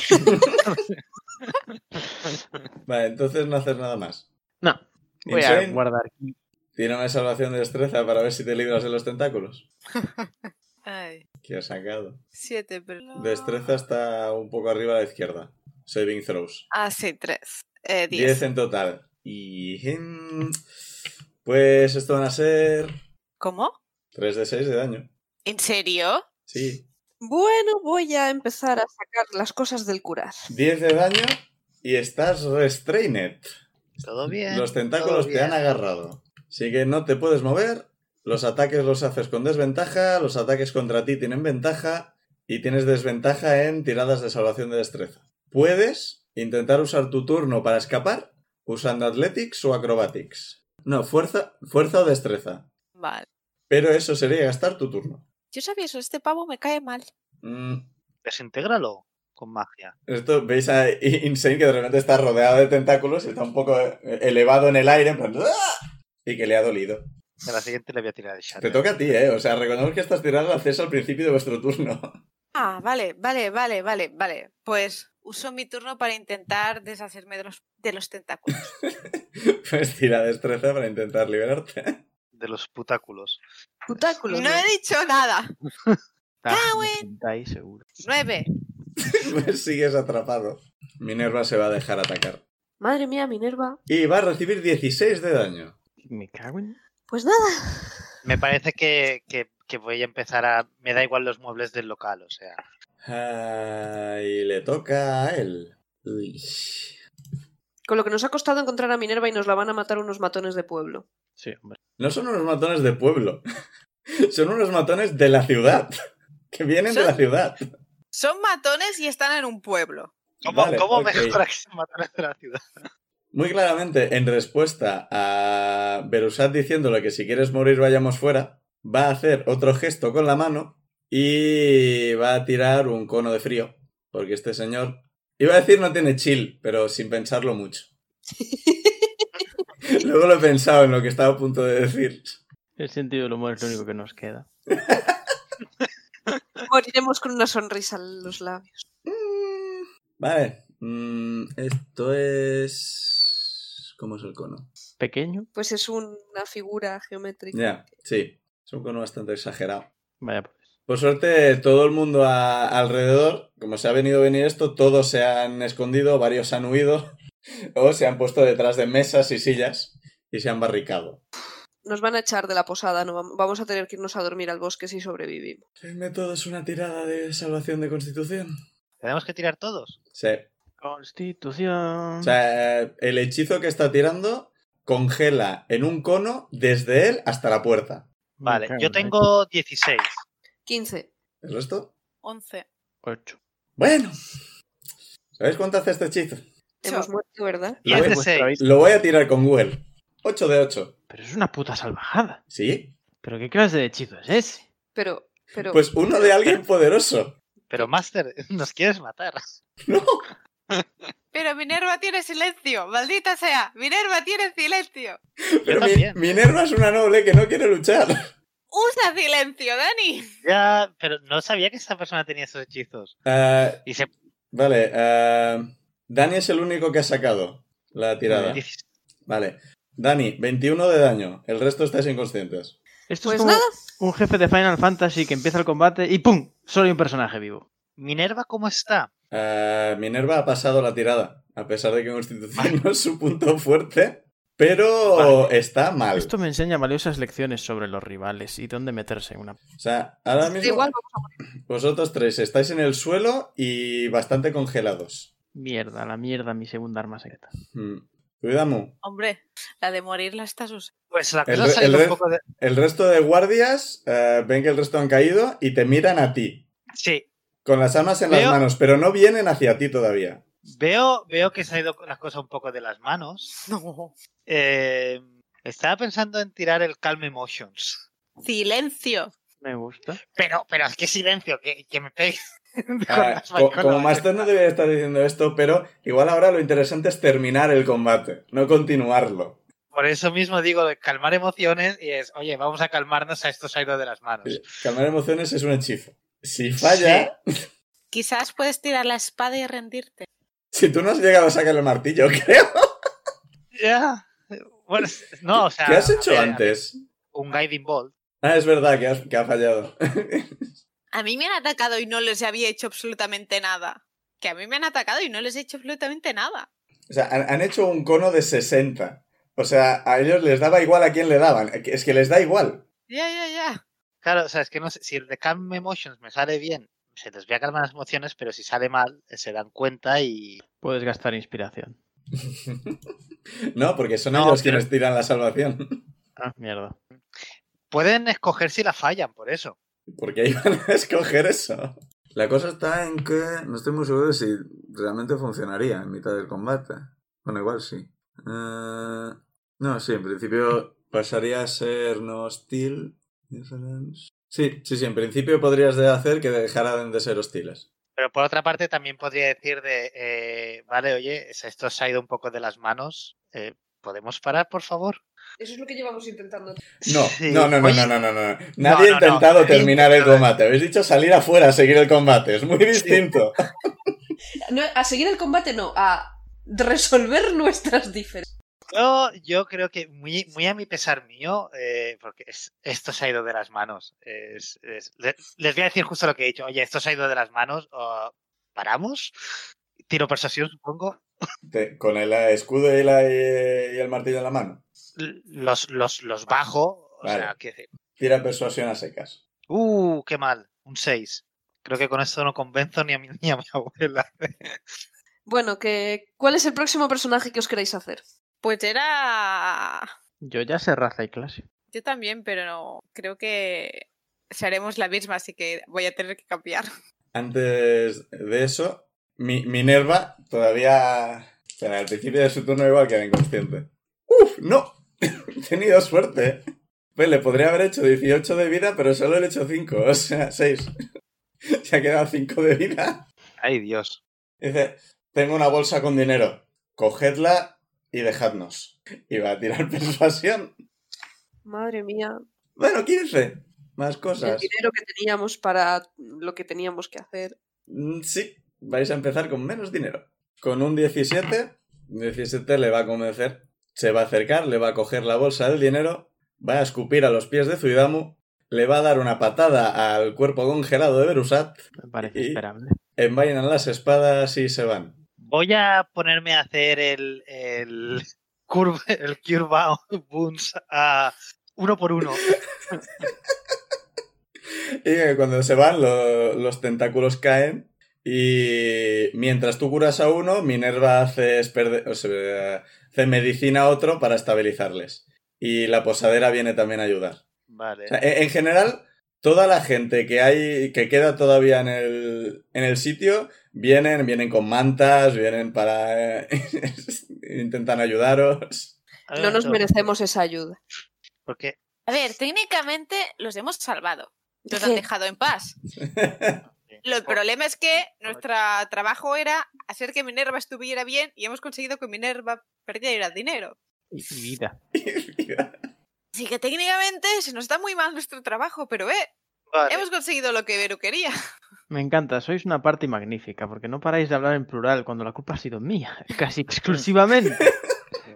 A: Vale, entonces no haces nada más.
F: No. Voy a
A: Insane.
F: guardar aquí.
A: Tira una salvación de destreza para ver si te libras de los tentáculos.
B: Ay,
A: Que has sacado.
B: siete, pero...
A: Destreza está un poco arriba a la izquierda. Saving throws.
B: Ah, sí, tres. Eh,
A: 10
B: diez.
A: en total. Y. mm, Pues esto van a ser.
B: ¿Cómo?
A: 3 de 6 de daño.
B: ¿En serio?
A: Sí.
D: Bueno, voy a empezar a sacar las cosas del curar.
A: 10 de daño y estás restrained.
E: Todo bien.
A: Los tentáculos
E: todo
A: te han
E: bien.
A: agarrado. Así que no te puedes mover. Los ataques los haces con desventaja. Los ataques contra ti tienen ventaja. Y tienes desventaja en tiradas de salvación de destreza. Puedes intentar usar tu turno para escapar usando Athletics o Acrobatics. No, fuerza, fuerza o destreza.
B: Vale.
A: Pero eso sería gastar tu turno.
B: Yo sabía eso, este pavo me cae mal.
A: Mm,
E: Desintégralo con magia.
A: Esto veis a I- Insane que de repente está rodeado de tentáculos y está un poco eh, elevado en el aire. en plan, ¡ah! Y que le ha dolido.
E: De la siguiente le voy a tirar el
A: Te
E: shatter.
A: toca a ti, ¿eh? O sea, reconozco que estás tirando acceso al principio de vuestro turno.
B: Ah, vale, vale, vale, vale, vale. Pues uso mi turno para intentar deshacerme de los, de los tentáculos.
A: Pues tira destreza para intentar liberarte.
E: De los putáculos.
D: Cutáculos.
B: no he dicho nada.
C: Está-
B: Cago en-
C: está ahí seguro.
B: Nueve.
A: Pues sigues atrapado. Minerva se va a dejar atacar.
D: Madre mía, Minerva.
A: Y va a recibir 16 de daño.
C: Me cago en.
D: Pues nada.
E: Me parece que, que- que voy a empezar a. Me da igual los muebles del local, o sea.
A: Ah, y le toca a él. Uy.
D: Con lo que nos ha costado encontrar a Minerva y nos la van a matar unos matones de pueblo.
C: Sí, hombre.
A: No son unos matones de pueblo. Son unos matones de la ciudad. Que vienen de la ciudad.
B: Son matones y están en un pueblo.
E: ¿Cómo,
A: Vale,
E: cómo
A: ok.
E: mejora que se mataran de la ciudad?
A: Muy claramente, en respuesta a Berusat diciéndole que si quieres morir vayamos fuera, va a hacer otro gesto con la mano y va a tirar un cono de frío. Porque este señor, iba a decir no tiene chill, pero sin pensarlo mucho. Luego lo he pensado en lo que estaba a punto de decir.
C: El sentido del humor es lo único que nos queda.
D: Moriremos con una sonrisa en los labios.
A: Mm, Vale, mm, esto es... ¿Cómo es el cono?
C: Pequeño,
D: Pues es una figura geométrica.
A: Ya, sí, es un cono bastante exagerado.
C: vaya pues.
A: Por suerte, todo el mundo a- alrededor, como se ha venido a venir esto, todos se han escondido, varios han huido o se han puesto detrás de mesas y sillas y se han barricado.
D: Nos van a echar de la posada, no vam- vamos a tener que irnos a dormir al bosque si sobrevivimos.
A: Tenme todos una tirada de salvación de constitución.
E: ¿Tenemos que tirar todos?
A: Sí.
C: Constitución.
A: O sea, eh, el hechizo que está tirando congela en un cono desde él hasta la puerta.
C: Me
E: Vale,
C: cago
E: yo
C: en la
E: tengo 16.
D: 15.
A: ¿El resto?
B: Once.
C: Ocho.
A: Bueno. ¿Sabéis cuánto hace este hechizo?
D: Hemos muerto, ¿verdad?
E: Y es de
C: Pues,
E: 6.
C: David,
A: Lo voy a tirar con Google. 8 de 8.
C: Pero es una puta salvajada.
A: ¿Sí?
C: ¿Pero qué clase de hechizo es ese?
D: Pero, pero,
A: Pues uno de alguien poderoso.
E: Pero, Master, nos quieres matar.
A: No.
B: Pero Minerva tiene silencio. Maldita sea. Minerva tiene silencio.
A: Pero mi-
E: también.
A: Minerva es una noble que no quiere luchar.
B: Usa silencio, Dani.
E: Ya, pero no sabía que esta persona tenía esos hechizos.
A: Eh,
E: Y se
A: vale. eh, Dani es el único que ha sacado la tirada.
E: Dices,
A: Vale. Dani, 21 de daño. El resto estáis inconscientes.
C: Esto
D: pues
C: es como
D: nada.
C: un jefe de Final Fantasy que empieza el combate y ¡pum! Solo hay un personaje vivo.
E: Minerva, ¿cómo está?
A: Eh, Minerva ha pasado la tirada. A pesar de que Constitución no es su punto fuerte. Pero está mal.
C: Esto me enseña valiosas lecciones sobre los rivales y dónde meterse en una.
A: O sea, ahora mismo
D: Igual vamos a morir.
A: vosotros tres estáis en el suelo y bastante congelados.
C: Mierda, la mierda, mi segunda arma secreta.
A: Mm. Cuidamos.
B: Hombre, la de morir la estás usando.
E: Pues la
A: El
E: cosa ha
A: re-
E: salido
A: el
E: un
A: re-
E: poco de...
A: El resto de guardias eh, ven que el resto han caído y te miran a ti.
E: Sí,
A: Con las armas en las
E: Veo-
A: manos, pero no vienen hacia ti todavía.
E: veo, veo que se ha ido las cosas un poco de las manos.
B: No.
E: Eh, estaba pensando en tirar el Calm Emotions.
B: Silencio.
C: Me gusta.
E: Pero, pero, es que silencio, que, que me pegue. Con
A: Ah,
E: las-
A: co-
E: con
A: como
E: la-
A: Master no debería estar diciendo esto, pero igual ahora lo interesante es terminar el combate, no continuarlo.
E: Por eso mismo digo de calmar emociones y es, oye, vamos a calmarnos a estos ha ido de las manos.
A: Calmar emociones es un hechizo. Si falla,
B: Quizás puedes tirar la espada y rendirte.
A: si tú no has llegado a sacar el martillo, creo.
E: Ya. Bueno, no, o sea. eh,
A: ¿Qué has
E: a
A: hecho
E: ver, a ver,
A: antes?
E: Un Guiding Bolt.
A: Ah, es verdad que, has- que ha fallado.
B: A mí me han atacado y no les había hecho absolutamente nada. Que a mí me han atacado y no les he hecho absolutamente nada.
A: O sea, han, han hecho un cono de 60. O sea, a ellos les daba igual a quién le daban. Es que les da igual.
B: Ya, ya, ya.
E: Claro, o sea, es que no sé, si el de Calm Emotions me sale bien, se les voy a calmar las emociones, pero si sale mal, eh, se dan cuenta y.
C: Puedes gastar inspiración.
A: No, porque son
E: No,
A: ellos
E: pero-
A: quienes tiran la salvación.
C: Ah, mierda.
E: Pueden escoger si la fallan, por eso.
A: Porque iban a escoger eso. La cosa está en que no estoy muy seguro de si realmente funcionaría en mitad del combate. Bueno, igual sí. Eh, no, sí, en principio pasaría a ser no hostil. Difference. Sí, sí, sí, en principio podrías de hacer que dejaran de ser hostiles.
E: Pero por otra parte, también podría decir de, eh, vale, oye, esto se ha ido un poco de las manos. eh, ¿Podemos parar, por favor?
D: Eso es lo que llevamos intentando.
A: No,
E: Sí.
A: no, no, no,
E: Oye,
A: no, no, no, no. Nadie ha
E: no, no.
A: intentado terminar el
E: Intentado.
A: combate. Habéis dicho salir afuera a seguir el combate. Es muy distinto.
D: No, a seguir el combate no, a resolver nuestras diferencias.
E: Yo, yo creo que muy, muy a mi pesar mío, eh, porque es- esto se ha ido de las manos. Es- es- le- les voy a decir justo lo que he dicho. Oye, esto se ha ido de las manos. o ¿Paramos? Tiro persuasión, supongo.
A: Te- Con el eh, escudo y, la- y el martillo en la mano.
E: L- Los, los, los bajo. O
A: Vale.
E: sea, que,
A: Tira persuasión a secas.
E: uh, qué mal. Un 6. Creo que con esto no convenzo ni a mi, ni a mi abuela.
D: Bueno, que, ¿cuál es el próximo personaje que os queréis hacer?
B: Pues era.
C: Yo ya sé raza y clase.
B: Yo también, pero no. Creo que seremos la misma, así que voy a tener que cambiar.
A: Antes de eso, Mi- Minerva todavía. Espera, al principio de su turno igual queda inconsciente. ¡Uf! ¡No! He tenido suerte. Pues le podría haber hecho 18 de vida, pero solo le he hecho 5, o sea, 6. Se ha quedado 5 de vida.
E: Ay, Dios.
A: Dice: Tengo una bolsa con dinero. Cogedla y dejadnos. Y va a tirar persuasión.
D: Madre mía,
A: Bueno, 15. Más
D: el
A: cosas.
D: dinero que teníamos para lo que teníamos que hacer.
A: Mm, Sí, vais a empezar con menos dinero. Con un 17, 17 le va a convencer. Se va a acercar, le va a coger la bolsa del dinero, va a escupir a los pies de Zuidamu, le va a dar una patada al cuerpo congelado de Berusat,
C: Me parece
A: Y-
C: esperable.
A: envainan las espadas y se van.
E: Voy a ponerme a hacer el, el, curva, el curva boons a uno por uno.
A: Y eh, cuando se van, lo- los tentáculos caen. Y mientras tú curas a uno, Minerva hace, esperde- o sea, hace medicina a otro para estabilizarles. Y la posadera viene también a ayudar.
E: Vale.
A: O sea, en en general, toda la gente que hay, que queda todavía en el, en el sitio, vienen, vienen con mantas, vienen para. eh, intentan ayudaros.
D: No nos
E: Ah,
D: merecemos esa ayuda.
E: Porque
B: A ver, técnicamente los hemos salvado. Los
D: Sí.
B: han dejado en paz. Lo- El problema es que nuestro trabajo era hacer que Minerva estuviera bien y hemos conseguido que Minerva perdiera dinero.
C: Y y vida.
B: Así que técnicamente se nos da muy mal nuestro trabajo, pero eh,
E: Vale.
B: hemos conseguido lo que Vero quería.
C: Me encanta, sois una parte magnífica, porque no paráis de hablar en plural cuando la culpa ha sido mía, casi exclusivamente.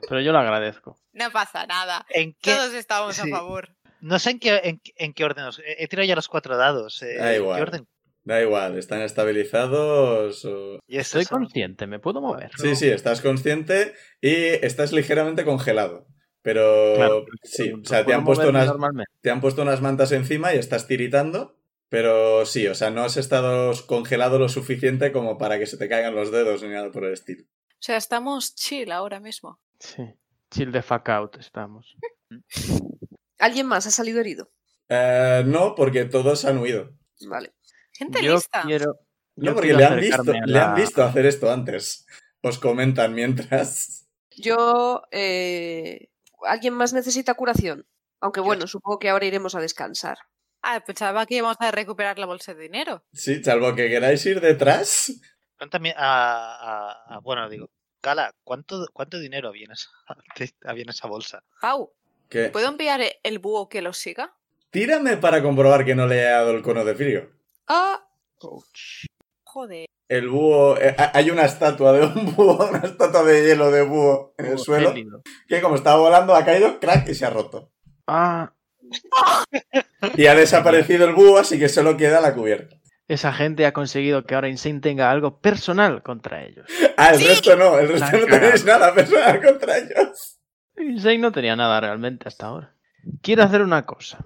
C: Pero yo lo agradezco.
B: No pasa nada.
E: ¿En qué?
B: Todos estábamos a
E: Sí.
B: favor.
E: No sé en qué, en, en qué orden. os- He he tirado ya los cuatro dados. eh,
A: Da
E: ¿en
A: igual.
E: qué orden?
A: Da igual, están estabilizados. o-
E: Y esto
C: Estoy
E: son-
C: consciente, me puedo mover.
A: Sí, sí, estás consciente y estás ligeramente congelado. Pero
C: Claro,
A: sí,
C: no
A: o sea, te
C: puedo
A: han, puesto
C: moverme
A: unas,
C: normalmente.
A: te han puesto unas mantas encima y estás tiritando. Pero sí, o sea, no has estado congelado lo suficiente como para que se te caigan los dedos ni nada por el estilo.
B: O sea, estamos chill ahora mismo.
C: Sí. Chill the fuck out estamos.
D: ¿Alguien más ha salido herido?
A: Eh, no, porque todos han huido.
D: Vale.
B: Gente
C: Yo
B: lista.
C: quiero.
A: No,
C: yo
A: porque
C: quiero
A: le han, visto,
C: acercarme a
A: le han
C: la-
A: visto hacer esto antes. Os comentan mientras.
D: Yo... eh, ¿Alguien más necesita curación? Aunque bueno, supongo que ahora iremos a descansar.
B: Ah, pensaba que íbamos a recuperar la bolsa de dinero.
A: Sí, salvo que queráis ir detrás.
E: son también a- a- a- bueno, digo, Gala, ¿cuánto, cuánto dinero había en, esa, había en esa bolsa?
B: Pau,
A: ¿Qué?
D: Pues
B: ¿puedo enviar e- el búho que lo siga?
A: Tírame para comprobar que no le he dado el cono de frío.
D: Ah,
B: Joder.
A: El búho. eh, ha- hay una estatua de un búho, una estatua de hielo de búho en el
C: Oh,
A: suelo.
C: gélido.
A: Que como estaba volando, ha caído, crack, y se ha roto.
C: Ah,
A: Y ha desaparecido el búho, así que solo queda la cubierta.
C: esa gente ha conseguido que ahora Insane tenga algo personal contra ellos.
A: Ah, el
B: Sí.
A: resto no, el resto
C: La
A: no tenéis nada personal contra ellos.
C: Insane no tenía nada realmente hasta ahora. Quiero hacer una cosa.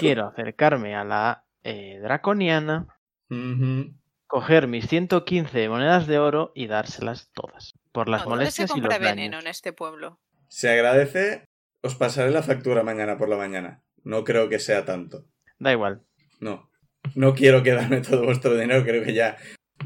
C: Quiero acercarme a la eh, draconiana
A: Ujú.
C: Coger mis 115 monedas de oro y dárselas todas. Por las
B: No, ¿dónde se
C: molestias y los
B: compra
C: daños.
B: veneno en este pueblo?
A: Se agradece. Os pasaré la factura mañana por la mañana. No creo que sea tanto.
C: Da igual.
A: No. No quiero quedarme todo vuestro dinero. Creo que ya.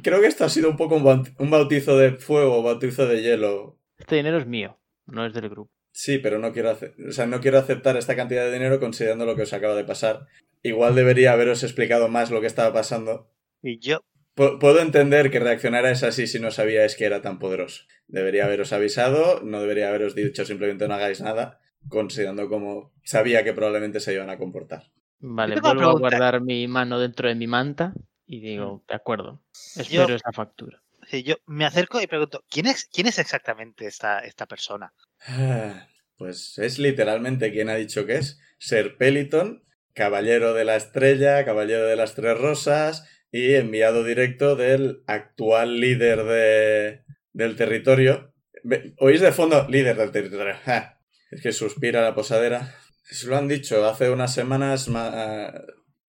A: Creo que esto ha sido un poco un baut- un bautizo de fuego, bautizo de hielo.
C: Este dinero es mío, no es del grupo.
A: Sí, pero no quiero, ace- o sea, no quiero aceptar esta cantidad de dinero considerando lo que os acaba de pasar. Igual debería haberos explicado más lo que estaba pasando.
E: Y yo,
A: Pu- puedo entender que reaccionarais así si no sabíais que era tan poderoso. Debería haberos avisado, no debería haberos dicho simplemente no hagáis nada, considerando cómo sabía que probablemente se iban a comportar.
C: Vale,
E: tengo una
C: vuelvo a
E: pregunta.
C: guardar mi mano dentro de mi manta y digo, de acuerdo, espero esa factura.
E: si yo me acerco y pregunto, ¿quién es, quién es exactamente esta, esta persona?
A: Pues es literalmente quien ha dicho que es Ser Peliton, caballero de la estrella, caballero de las tres rosas y enviado directo del actual líder de, del territorio. Ve- ¿Oís de fondo? Líder del territorio. ja. Es que suspira la posadera. Se lo han dicho hace unas semanas. ma-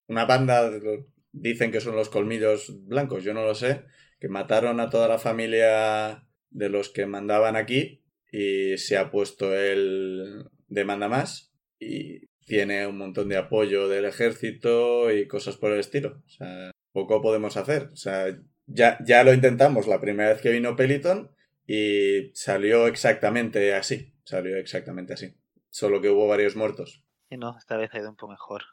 A: Una banda, de- dicen que son los colmillos blancos, yo no lo sé, que mataron a toda la familia de los que mandaban aquí y se ha puesto el demanda más y tiene un montón de apoyo del ejército y cosas por el estilo. O sea, poco podemos hacer. O sea, ya, ya lo intentamos la primera vez que vino Peliton y salió exactamente así. Salió exactamente así. Solo que hubo varios muertos.
E: Y no, esta vez ha ido un poco mejor.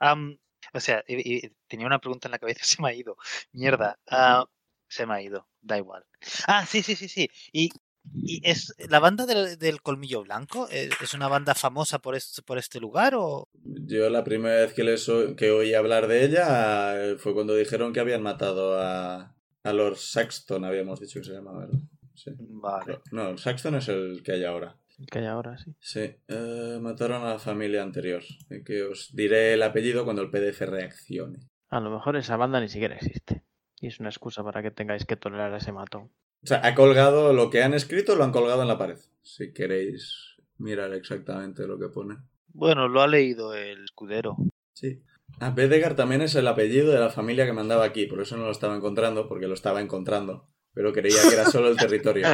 E: Am, o sea, y- y tenía una pregunta en la cabeza, se me ha ido. Mierda. ah, se me ha ido, da igual. Ah, sí, sí, sí, sí. Y, y es la banda del, del Colmillo Blanco, ¿es, es una banda famosa por este, por este lugar o...?
A: Yo la primera vez que, les o- que oí hablar de ella eh, fue cuando dijeron que habían matado a, a Lord Saxton, habíamos dicho que se llamaba, ¿verdad? Sí.
E: Mm, Vale.
A: No, Saxton es el que hay ahora.
C: Que hay ahora, sí.
A: Sí, eh, mataron a la familia anterior. eh, Que os diré el apellido cuando el PDF reaccione.
C: A lo mejor esa banda ni siquiera existe. Y es una excusa para que tengáis que tolerar a ese matón.
A: O sea, ha colgado lo que han escrito, lo han colgado en la pared. Si queréis mirar exactamente lo que pone.
E: Bueno, lo ha leído el escudero.
A: Sí. Ah, Bedegar también es el apellido de la familia que mandaba aquí, por eso no lo estaba encontrando, porque lo estaba encontrando. Pero creía que era solo el territorio.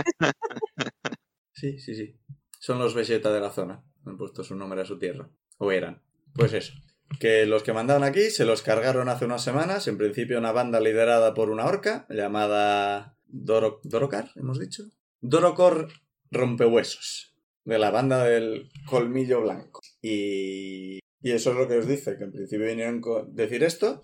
A: Sí, sí, sí. Son los Vegeta de la zona. Han puesto su nombre a su tierra. O eran. Pues eso. Que los que mandaban aquí se los cargaron hace unas semanas. En principio, una banda liderada por una orca llamada Doro- Dorokar, hemos dicho. Dorokor Rompehuesos. De la banda del Colmillo Blanco. Y y eso es lo que os dice, que en principio vinieron a decir esto.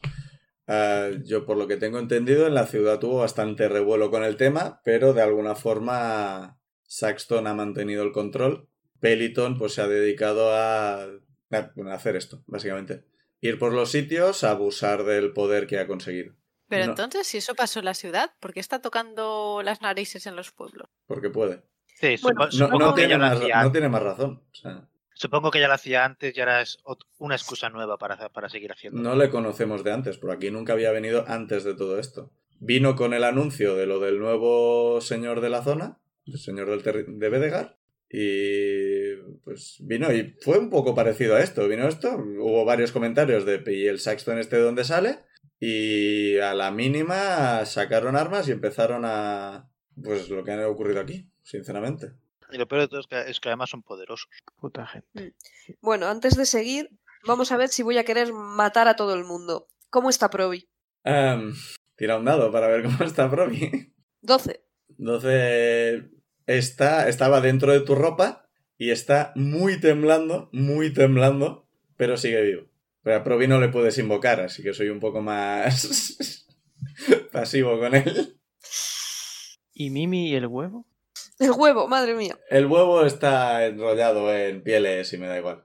A: Ah, yo, por lo que tengo entendido, en la ciudad tuvo bastante revuelo con el tema, pero de alguna forma Saxton ha mantenido el control. Peliton pues, se ha dedicado a, a- bueno, a hacer esto, básicamente. Ir por los sitios, abusar del poder que ha conseguido.
B: Pero
A: No.
B: entonces, si eso pasó en la ciudad, ¿por qué está tocando las narices en los pueblos?
A: Porque puede.
E: Sí,
D: Bueno,
E: supo-
A: No,
E: supongo,
A: no
E: que
A: tiene,
E: ya lo
A: más,
E: hacía,
A: no tiene más razón. o sea,
E: supongo que ya lo hacía antes y ahora es ot- una excusa nueva para, hacer- para seguir haciendo.
A: No le conocemos de antes, por aquí nunca había venido antes de todo esto. Vino con el anuncio de lo del nuevo señor de la zona, el señor del terri- de Bedegar, y pues vino y fue un poco parecido a esto. Vino esto, hubo varios comentarios de y el Saxton este de dónde sale, y a la mínima sacaron armas y empezaron a... pues lo que ha ocurrido aquí, sinceramente.
E: Y lo peor de todo es que, es que además son poderosos.
C: Puta gente.
D: Bueno, antes de seguir, vamos a ver si voy a querer matar a todo el mundo. ¿Cómo está Provi?
A: Em, tira un dado para ver cómo está Provi.
D: 12.
A: Entonces, está, estaba dentro de tu ropa y está muy temblando, muy temblando, pero sigue vivo. Pero a Provi no le puedes invocar, así que soy un poco más pasivo con él.
C: ¿Y Mimi y el huevo?
D: El huevo, madre mía.
A: El huevo está enrollado en pieles y me da igual.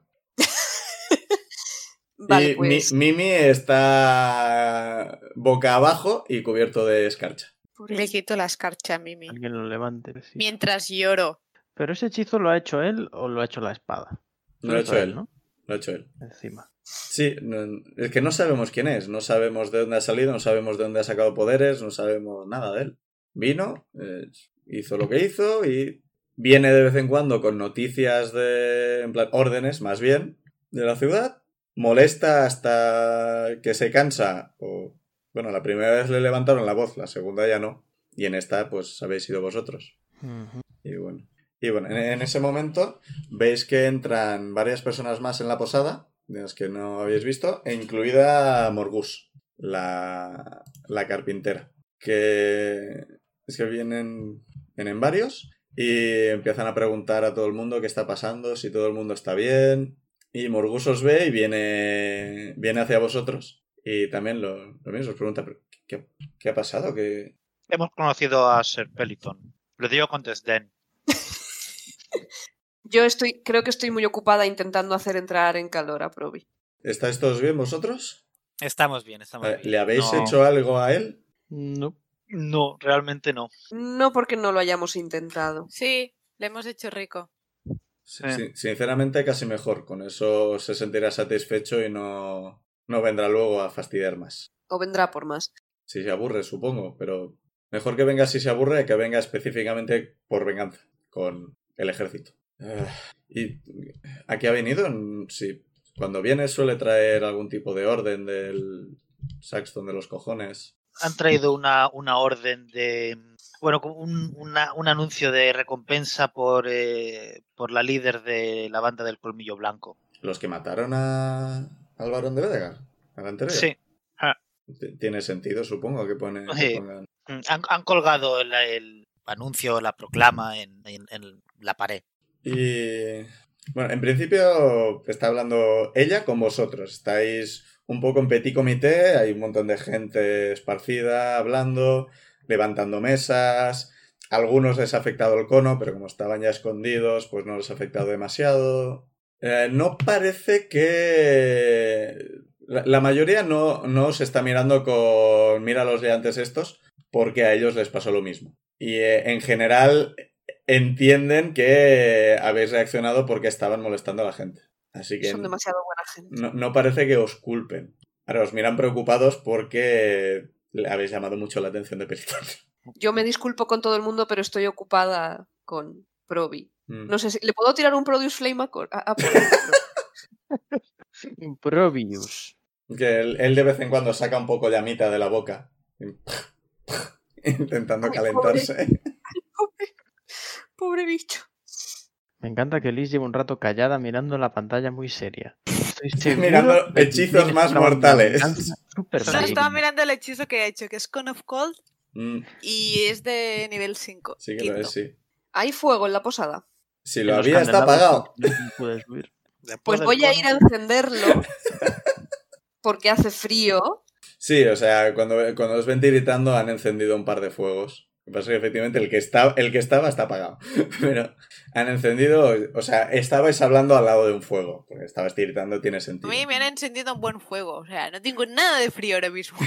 D: Vale,
A: y Eh, Mi-
D: pues.
A: Mimi está boca abajo y cubierto de escarcha.
B: Le Pues quito la escarcha a Mimi.
C: Alguien lo levante. sí.
B: Mientras lloro.
C: Pero ese hechizo lo ha hecho él o lo ha hecho la espada.
A: Lo ha
C: Lo
A: hecho él, lo ha hecho él.
C: Encima.
A: Sí, no- es que no sabemos quién es, no sabemos de dónde ha salido, no sabemos de dónde ha sacado poderes, no sabemos nada de él. Vino, eh, hizo lo que hizo y viene de vez en cuando con noticias de, en plan, órdenes más bien, de la ciudad, molesta hasta que se cansa o Bueno, la primera vez le levantaron la voz, la segunda ya no. Y en esta, pues habéis sido vosotros.
C: Ujú.
A: Y bueno. Y bueno, en, en ese momento veis que entran varias personas más en la posada, de las que no habéis visto, e incluida Morgus, la, la carpintera. Que es que vienen, vienen varios y empiezan a preguntar a todo el mundo qué está pasando, si todo el mundo está bien. Y Morgus os ve y viene, viene hacia vosotros. Y también lo, lo mismo, os pregunta, "¿Pero ¿qué, qué ha pasado? ¿Qué,
E: Hemos conocido a Sir Peliton. Lo digo con desdén.
D: Yo estoy, creo que estoy muy ocupada intentando hacer entrar en calor a Proby.
A: ¿Estáis todos bien vosotros?
H: Estamos bien, estamos
A: Eh,
H: bien.
A: ¿Le habéis
E: No.
A: hecho algo a él?
C: No.
E: No, realmente no.
D: No porque no lo hayamos intentado.
B: Sí, le hemos hecho rico.
A: Sin- Sinceramente, casi mejor. Con eso se sentirá satisfecho y no, no vendrá luego a fastidiar más.
D: O vendrá por más.
A: Si se aburre, supongo, pero mejor que venga si se aburre que venga específicamente por venganza con el ejército. Ah, ¿Y a qué ha venido? Mm, Sí, cuando viene suele traer algún tipo de orden del Saxton de los cojones.
E: Han traído una, una orden de. Bueno, como un, una- un anuncio de recompensa por, eh, por la líder de la banda del Colmillo Blanco.
A: Los que mataron a, al barón de Vedegar. A la anterior.
E: Sí.
A: T- Tiene sentido, supongo, que, pone, que
E: Sí.
A: pongan-
H: Mm, Han, han colgado el, el anuncio, la proclama en, en- en la pared.
A: Y bueno, en principio está hablando ella con vosotros. Estáis un poco en petit comité, hay un montón de gente esparcida, hablando, levantando mesas. Algunos les ha afectado el cono, pero como estaban ya escondidos, pues no les ha afectado demasiado. Eh, no parece que... La, la mayoría no, no se está mirando con... Mira los de antes estos, porque a ellos les pasó lo mismo. Y eh, en general entienden que habéis reaccionado porque estaban molestando a la gente. Así que
D: Son demasiado buena gente.
A: no, no parece que os culpen. Ahora os miran preocupados porque le habéis llamado mucho la atención de Pelitón.
D: Yo me disculpo con todo el mundo, pero estoy ocupada con Proby.
A: Mm.
D: No sé si. ¿Le puedo tirar un Produce Flame a, Cor- a- a Proby?
C: Improbius.
A: Que él, él de vez en cuando saca un poco llamita de la boca. Intentando
D: Ay,
A: calentarse.
D: Pobre- Pobre bicho.
C: Me encanta que Liz lleve un rato callada mirando la pantalla muy seria. Estoy seguro
A: Mirando
C: de que
A: hechizos
C: tiene
A: más
C: una banda
A: mortales.
C: de venganza súper
B: Solo
C: maligna.
B: estaba mirando el hechizo que ha hecho, que es Con of Cold
A: Mm,
B: y es de nivel 5.
A: sí que lo es, sí.
D: Hay fuego en la posada.
A: Si
C: En
A: lo
C: los
A: había, está
C: candelabros
A: apagado.
C: no puedes subir.
D: Pues voy a ir a encenderlo porque hace frío.
A: Sí, o sea, cuando, cuando os ven tiritando han encendido un par de fuegos. Lo que pasa es que efectivamente el que, está, el que estaba está apagado. Pero han encendido, o sea, estabais hablando al lado de un fuego. Porque estabas tiritando, tiene
B: A
A: sentido.
B: mí me han encendido un buen fuego, o sea, no tengo nada de frío ahora mismo.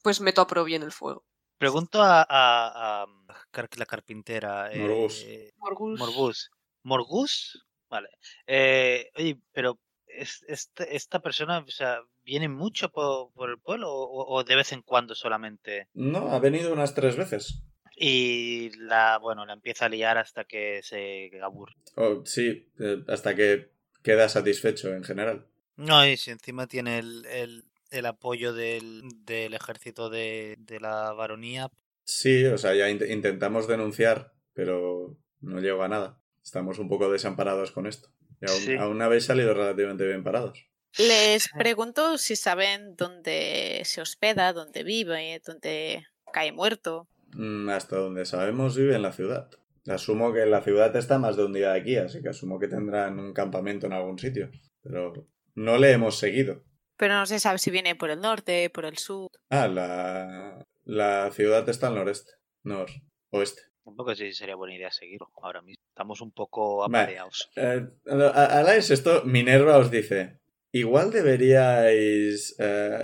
D: Pues meto a Proby en el fuego.
E: Pregunto a, a- a
H: Car- La carpintera. eh,
A: Morgus.
D: Morgus.
E: Morbus. ¿Morgus? Vale. Eh, oye, pero es- este- esta persona o sea, viene mucho po- por, el pueblo o, o de vez en cuando solamente.
A: No, ha venido unas tres veces.
E: Y la, bueno, la empieza a liar hasta que se aburre.
A: O, sí, eh, hasta que queda satisfecho en general.
H: No, y si encima tiene el, el- el apoyo del, del ejército de, de la baronía,
A: Sí, o sea, ya int- intentamos denunciar, pero no llegó a nada. Estamos un poco desamparados con esto. Y aún,
E: Sí.
A: aún habéis salido relativamente bien parados.
B: Les pregunto si saben dónde se hospeda, dónde vive, dónde cae muerto.
A: Mm, Hasta donde sabemos vive en la ciudad. Asumo que la ciudad está más de un día de aquí, así que asumo que tendrán un campamento en algún sitio. Pero no le hemos seguido.
B: Pero no se sabe si viene por el norte, por el sur.
A: Ah, la, la ciudad está al noreste. Nor, oeste.
E: Tampoco sé si sería buena idea seguirlo ahora mismo. Estamos un poco
A: Vale.
E: apareados.
A: Eh, a- a Alaes, esto Minerva os dice, igual deberíais eh,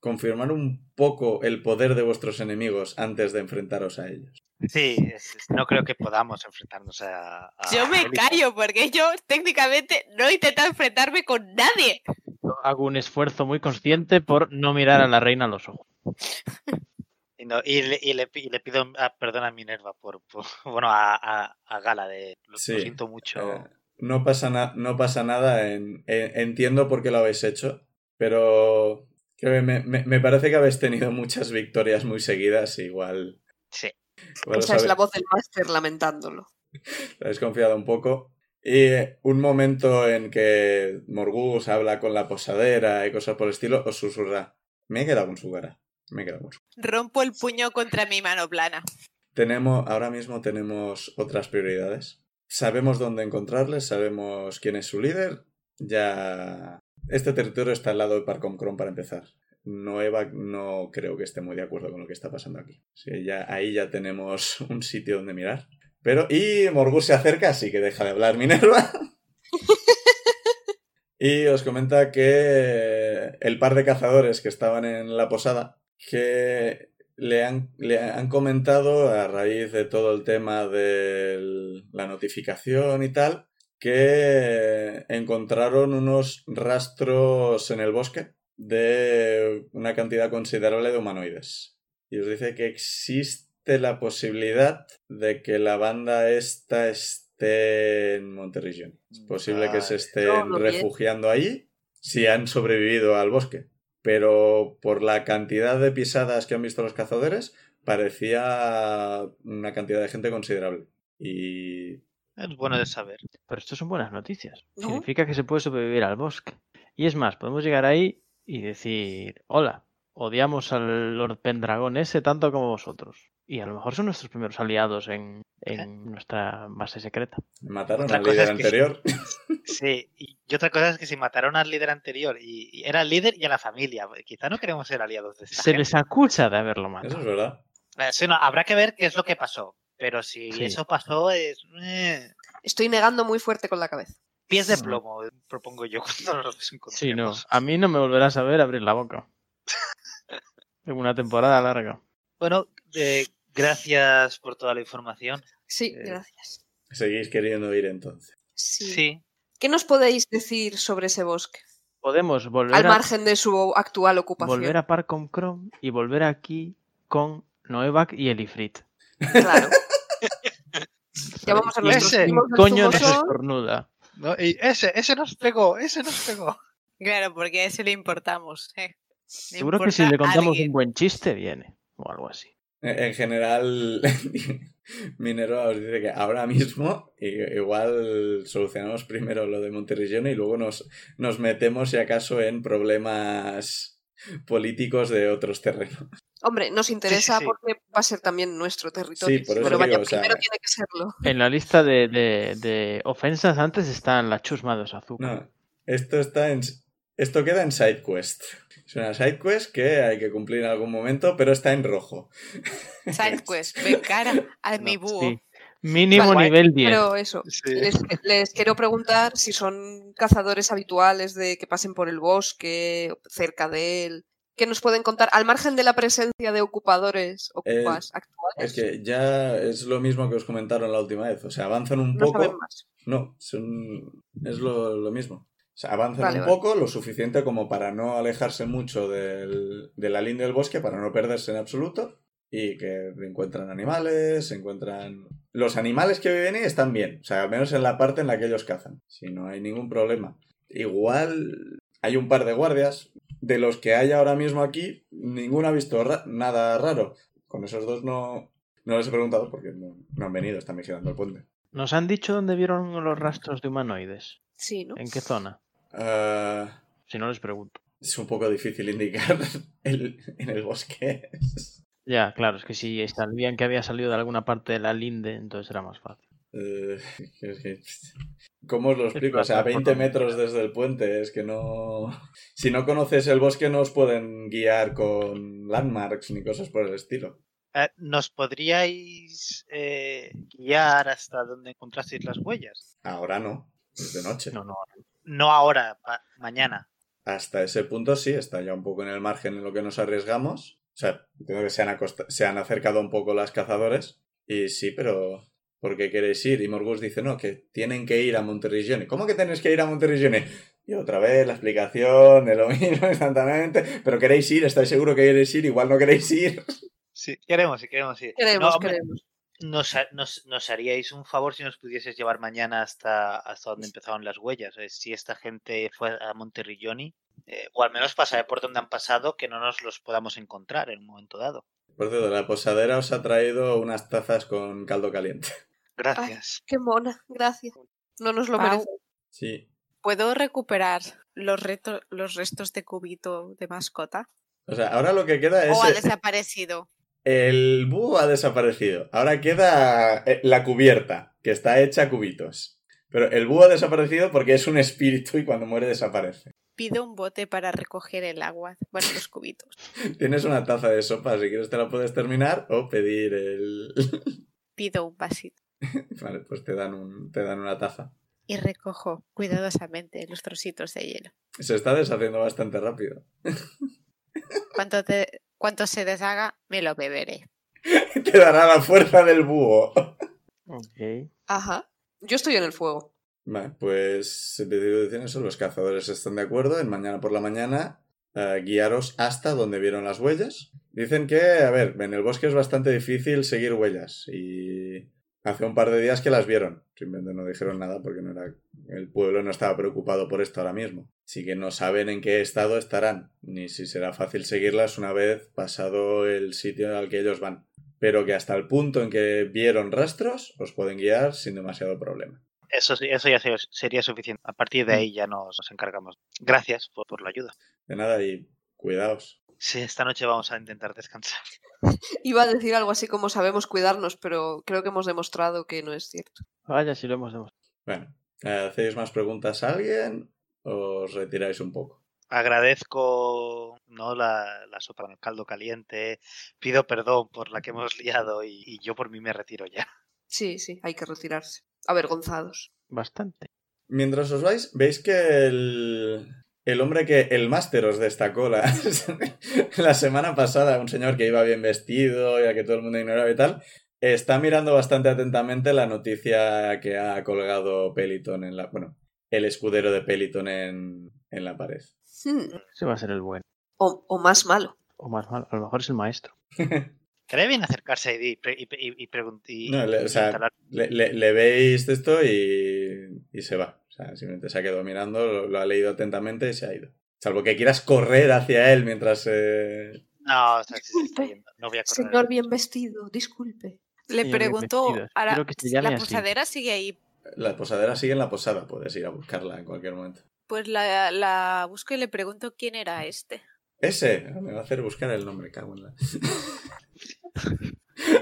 A: confirmar un poco el poder de vuestros enemigos antes de enfrentaros a ellos.
E: Sí, es- es- no creo que podamos enfrentarnos a. a
C: Ah,
B: Yo me
E: Félix.
B: callo porque yo técnicamente no he intentado enfrentarme con nadie.
C: Hago un esfuerzo muy consciente por no mirar a la reina a los ojos.
E: Y, no- y le, y le pi- y le pido ah, perdón a Minerva por. por- bueno, a, a- a Gala, de, lo, lo
A: Sí,
E: siento mucho.
A: Eh, no, pasa na- no pasa nada, en- en- entiendo por qué lo habéis hecho, pero Que me, me- me parece que habéis tenido muchas victorias muy seguidas, igual.
E: Sí.
A: igual os
D: Esa es
A: habe-
D: la voz del máster lamentándolo.
A: habéis confiado un poco. Y eh, un momento en que Morgus habla con la posadera y cosas por el estilo, os susurra. Me he quedado con su cara. Me he quedado con su
I: Rompo el puño contra mi mano plana.
A: Tenemos, ahora mismo tenemos otras prioridades. Sabemos dónde encontrarles, sabemos quién es su líder. Ya. Este territorio está al lado de Parcomcron para empezar. Nueva no creo que esté muy de acuerdo con lo que está pasando aquí. Sí, ya, ahí ya tenemos un sitio donde mirar. Pero. Y Morgus se acerca, así que deja de hablar Minerva. y os comenta que el par de cazadores que estaban en la posada, que le han, le han comentado a raíz de todo el tema de la notificación y tal que encontraron unos rastros en el bosque de una cantidad considerable de humanoides. Y os dice que existe la posibilidad de que la banda esta esté en Monterrey. Es
E: mm,
A: posible
E: ah,
A: que se
H: Vale.
A: estén
D: Todo bien.
A: refugiando allí si han sobrevivido al bosque pero por la cantidad de pisadas que han visto los cazadores, parecía una cantidad de gente considerable. Y
E: Es bueno
A: mm.
E: de saber.
C: Pero esto son buenas noticias.
D: ¿No?
C: Significa que se puede sobrevivir al bosque. Y es más, podemos llegar ahí y decir, hola, odiamos al Lord Pendragón ese tanto como vosotros. Y a lo mejor son nuestros primeros aliados en,
D: Eh.
C: en nuestra base secreta.
D: Ah,
A: mataron
E: Otra
A: al líder
E: cosa es que-
A: anterior.
E: Sí, y, y otra cosa es que si mataron al líder anterior, y, y era el líder y a la familia, eh, quizá no queremos ser aliados de esta
C: Se
E: gente.
C: les acusa de haberlo
A: Eso es
C: matado.
A: verdad.
E: Eh, sí, no, habrá que ver qué es lo que pasó, pero si
C: Sí.
E: eso pasó es... eh,
D: Estoy negando muy fuerte con la cabeza.
E: pies de
C: Sí.
E: plomo, eh, propongo yo, cuando nos encontremos.
C: Sí, no. A mí no me volverás a ver abrir la boca. En una temporada larga.
E: Bueno, eh, gracias por toda la información.
D: Sí,
E: Eh,
D: gracias.
A: Seguís queriendo ir entonces.
D: Sí.
E: Sí.
D: ¿Qué nos podéis decir sobre ese bosque?
C: Podemos volver
D: Al
C: a
D: margen de su actual ocupación.
C: volver a par con Chrome y volver aquí con Noevac y Elifrit.
D: Claro. Llamamos a
C: Y
D: nuestros
E: ese
D: primos del
C: Coño nos
D: Zumosol.
C: estornuda.
E: No, y ese, ese nos pegó, ese nos pegó.
I: Claro, porque a ese le importamos. ¿eh? Le
C: Seguro que si
I: importa
C: le contamos
I: alguien.
C: un buen chiste viene o algo así.
A: En en general, Minerva os dice que ahora mismo i- igual solucionamos primero lo de Monterrellón y luego nos, nos metemos, si acaso, en problemas políticos de otros terrenos.
D: Hombre, nos interesa
E: sí.
D: porque va a ser también nuestro territorio.
A: Sí, por eso
D: pero vaya,
A: digo, o sea-
D: primero tiene que serlo.
C: En la lista de, de- de ofensas antes están las chusma de Osazuka.
A: No, esto está en. Esto queda en side quest. Es una side quest que hay que cumplir en algún momento, pero está en rojo.
I: Sidequest, vengar a mi
C: No,
I: búho.
C: sí. Mínimo
D: Vale,
C: nivel 10.
D: Pero eso, les, les quiero preguntar si son cazadores habituales de que pasen por el bosque, cerca de él. ¿Qué nos pueden contar? Al margen de la presencia de ocupadores ocupas actuales,
A: Eh, Es que ya es lo mismo que os comentaron la última vez. O sea, avanzan un
D: no saben
A: poco.
D: más.
A: No, son- es lo, lo mismo. O sea, avanzan
D: Vale,
A: un
D: vale.
A: poco, lo suficiente como para no alejarse mucho del- de la línea del bosque, para no perderse en absoluto. Y que encuentran animales, encuentran... Los animales que viven ahí están bien. O sea, al menos en la parte en la que ellos cazan. Si no hay ningún problema. Igual hay un par de guardias. De los que hay ahora mismo aquí, ninguno ha visto ra- nada raro. Con esos dos no, no les he preguntado porque no, no han venido, están vigilando el puente.
C: Nos han dicho dónde vieron los rastros de humanoides.
D: Sí,
A: Eh,
D: ¿no?
C: ¿En qué zona?
A: Ah,
C: Si no les pregunto.
A: Es un poco difícil indicar el- en el bosque.
C: Ya, claro, es que si sabían que había salido de alguna parte de la linde, entonces era más fácil.
A: Eh, es que- ¿Cómo os lo explico? O sea, 20 metros desde el puente, es que no... Si no conoces el bosque no os pueden guiar con landmarks ni cosas por el estilo.
E: Eh, ¿Nos podríais eh, guiar hasta donde encontrasteis las huellas?
A: Ahora no, es de noche.
C: No, no.
E: No ahora, pa- mañana.
A: Hasta ese punto sí, está ya un poco en el margen en lo que nos arriesgamos. O sea, creo que se han, acosta- se han acercado un poco las cazadores. Y sí, pero ¿por qué queréis ir? Y Morgus dice, no, que tienen que ir a Monterrigione. ¿Cómo que tenéis que ir a Monterrigione? Y otra vez la explicación de lo mismo instantáneamente. Pero queréis ir, estáis seguro que queréis ir, igual no queréis ir.
E: Sí, queremos, sí, queremos, sí.
D: Queremos,
E: No, hombre,
D: queremos.
E: Nos, ha- nos- nos haríais un favor si nos pudieses llevar mañana hasta, hasta donde empezaron las huellas. eh, Si esta gente fue a Monterrilloni, eh, o al menos pasaré por donde han pasado que no nos los podamos encontrar en un momento dado.
A: Por cierto, la posadera os ha traído unas tazas con caldo caliente.
E: Gracias.
D: Qué mona, gracias. No nos lo
A: Ah,
J: Pau.
D: merece.
A: Sí.
B: ¿Puedo recuperar los, reto- los restos de cubito de mascota?
A: O sea, ahora lo que queda es...
B: ¿O ha
A: eh,
B: desaparecido?
A: El búho ha desaparecido. Ahora queda eh, la cubierta, que está hecha a cubitos. Pero el búho ha desaparecido porque es un espíritu y cuando muere desaparece.
B: Pido un bote para recoger el agua. Bueno, los cubitos.
A: Tienes una taza de sopa, si quieres te la puedes terminar o pedir el...
B: Pido un vasito
A: vale, pues te dan, un- te dan una taza.
B: y recojo cuidadosamente los trocitos de hielo.
A: Se está deshaciendo bastante rápido.
B: Cuanto, te- cuanto se deshaga, me lo beberé.
A: Te dará la fuerza del búho.
C: Ok.
D: Ajá. Yo estoy en el fuego.
A: Vale, pues el principio de dicen eso, los cazadores están de acuerdo en mañana por la mañana eh, guiaros hasta donde vieron las huellas. Dicen que, a ver, en el bosque es bastante difícil seguir huellas y hace un par de días que las vieron. Simplemente no dijeron nada porque no era, el pueblo no estaba preocupado por esto ahora mismo. Así que no saben en qué estado estarán, ni si será fácil seguirlas una vez pasado el sitio al que ellos van. Pero que hasta el punto en que vieron rastros os pueden guiar sin demasiado problema.
E: Eso, sí- eso ya se- sería suficiente. A partir
D: Mm.
E: de ahí ya nos, nos encargamos. Gracias por, por la ayuda.
A: De nada y cuidaos.
E: Sí, esta noche vamos a intentar descansar.
D: Iba a decir algo así como sabemos cuidarnos, pero creo que hemos demostrado que no es cierto.
C: Vaya, si lo hemos demostrado.
A: Bueno, ¿hacéis más preguntas a alguien? ¿Os retiráis un poco?
E: Agradezco ¿no? la, la sopa con el caldo caliente. Pido perdón por la que hemos liado y, y yo por mí me retiro ya.
D: Sí, sí, hay que retirarse. Avergonzados.
C: Bastante.
A: Mientras os vais, veis que el, el hombre que el máster os destacó la, la semana pasada, un señor que iba bien vestido y a que todo el mundo ignoraba y tal, está mirando bastante atentamente la noticia que ha colgado Peliton en la... Bueno, el escudero de Peliton en, en la pared. Eh.
D: Hmm,
C: Ese va a ser el bueno.
D: O, o más malo.
C: O más malo. A lo mejor es el maestro.
E: Cree bien acercarse y, pre- y, y, y pregun- y-
A: No, le- o
E: y
A: sea,
E: instalar-
A: Le, le- le veis esto y, y se va. O sea, simplemente se ha quedado mirando, lo, lo ha leído atentamente y se ha ido. Salvo que quieras correr hacia él mientras... eh,
E: No, o sea, sí, sí, está
D: Disculpe,
E: bien, no voy a correr.
D: Señor bien vestido, disculpe.
C: Sí,
B: Le
C: bien
B: pregunto
C: vestidos.
B: a la,
C: Creo que se llame
B: ¿la
C: así.
B: posadera sigue ahí.
A: La posadera sigue en la posada, puedes ir a buscarla en cualquier momento.
B: Pues la, la busco y le pregunto quién era este.
A: Ese, ah, me va a hacer buscar el nombre, cago en la...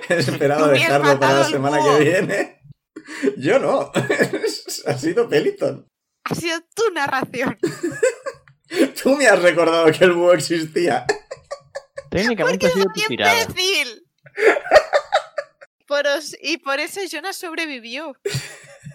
A: He esperado
B: Tú me has
A: dejarlo para la
B: matado el
A: semana
B: búho.
A: que viene. Yo no. ha sido Peliton.
B: Ha sido tu narración.
A: Tú me has recordado que el búho existía.
B: Porque
C: Técnicamente ha sido
B: soy
C: tu tirada.
B: imbécil. Por os- y por eso Jonas sobrevivió.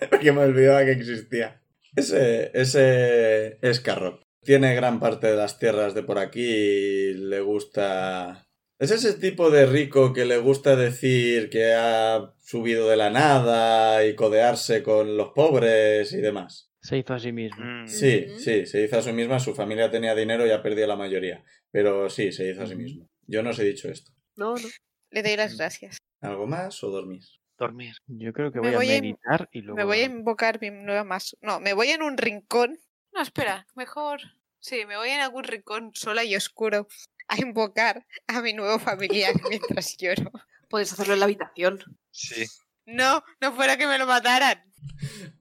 A: Porque me olvidaba que existía. Ese, ese es Carrot. Tiene gran parte de las tierras de por aquí y le gusta... Es ese tipo de rico que le gusta decir que ha subido de la nada y codearse con los pobres y demás.
C: Se hizo a sí mismo.
E: Mm,
A: Sí,
D: Ujú.
A: sí, se hizo a sí misma, su familia tenía dinero y ha perdido la mayoría. Pero sí, se hizo a sí mismo. Yo no os he dicho esto.
D: No, no.
B: Le doy
C: Mm,
B: las gracias.
A: ¿Algo más o dormís?
E: Dormir.
C: Yo creo que
B: Me
C: voy,
B: voy
C: a
B: a-
C: meditar y luego.
B: Me voy a invocar mi nueva más. No, me voy en un rincón. No, espera, mejor. Sí, me voy en algún rincón sola y oscuro a invocar a mi nuevo familiar mientras lloro.
D: Puedes hacerlo en la habitación.
K: Sí.
B: No, no fuera que me lo mataran.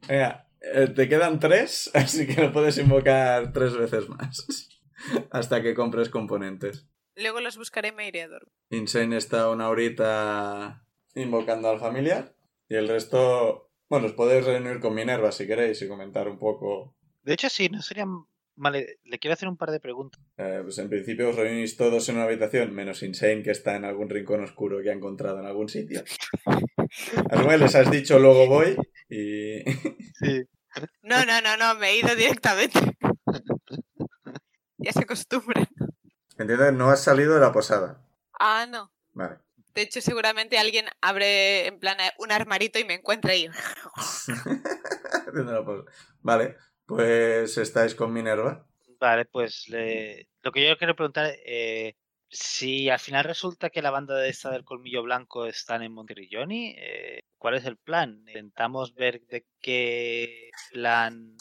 A: Venga, eh, te quedan tres, así que lo puedes invocar tres veces más. Hasta que compres componentes.
B: Luego los buscaré y me iré a dormir.
A: Insane está una horita invocando al familiar. Y el resto, bueno, os podéis reunir con Minerva si queréis y comentar un poco.
E: De hecho, sí, no sería mal. eh, Le quiero hacer un par de preguntas.
A: Eh, pues en principio os reunís todos en una habitación, menos Insane que está en algún rincón oscuro que ha encontrado en algún sitio. A Samuel les has dicho luego voy y...
E: Sí.
B: No, no, no, no, me he ido directamente. ya se acostumbran.
A: Entiendo que no has salido de la posada.
B: Ah, no.
A: Vale.
B: De hecho, seguramente alguien abre en plan eh, un armarito y me encuentra ahí.
A: Haciendo la pausa. Vale, pues estáis con Minerva.
E: Vale, pues le- lo que yo quiero preguntar, eh, Si al final resulta que la banda de esta del Colmillo Blanco están en Monterilloni, eh, ¿cuál es el plan? Intentamos ver de qué plan,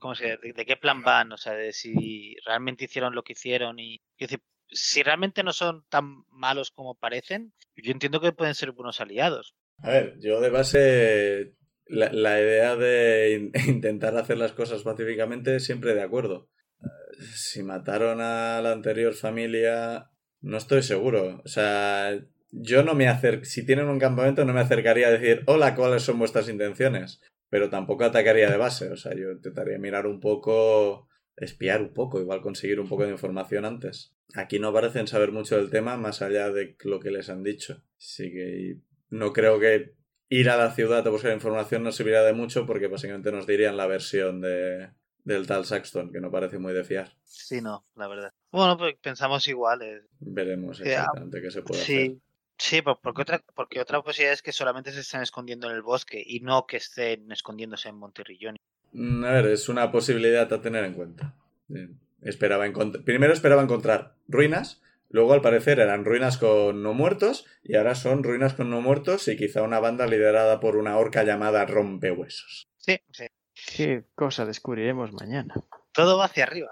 E: ¿cómo se dice? De, de qué plan van, o sea, de si realmente hicieron lo que hicieron y, y decir, si realmente no son tan malos como parecen, yo entiendo que pueden ser buenos aliados.
A: A ver, yo de base la, la idea de in- intentar hacer las cosas pacíficamente siempre de acuerdo. Eh, Si mataron a la anterior familia, no estoy seguro. O sea, yo no me acer si tienen un campamento no me acercaría a decir, hola, ¿cuáles son vuestras intenciones? Pero tampoco atacaría de base. O sea, yo intentaría mirar un poco, espiar un poco, igual conseguir un poco de información antes. Aquí no parecen saber mucho del tema más allá de lo que les han dicho. Así que no creo que ir a la ciudad a buscar información no servirá de mucho porque básicamente nos dirían la versión de, del tal Saxton, que no parece muy de fiar.
E: Sí, no, la verdad. Bueno, pues pensamos iguales.
A: Veremos
E: Sí, ah,
A: exactamente qué se puede hacer.
E: Sí, sí, pues porque otra, porque otra posibilidad es que solamente se estén escondiendo en el bosque y no que estén escondiéndose en Monterrillón.
A: Mm, A ver, es una posibilidad a tener en cuenta. Eh, Esperaba encont- Primero esperaba encontrar ruinas, luego al parecer eran ruinas con no muertos y ahora son ruinas con no muertos y quizá una banda liderada por una orca llamada Rompehuesos.
E: Sí, sí.
F: ¿Qué cosa descubriremos mañana?
E: Todo va hacia arriba.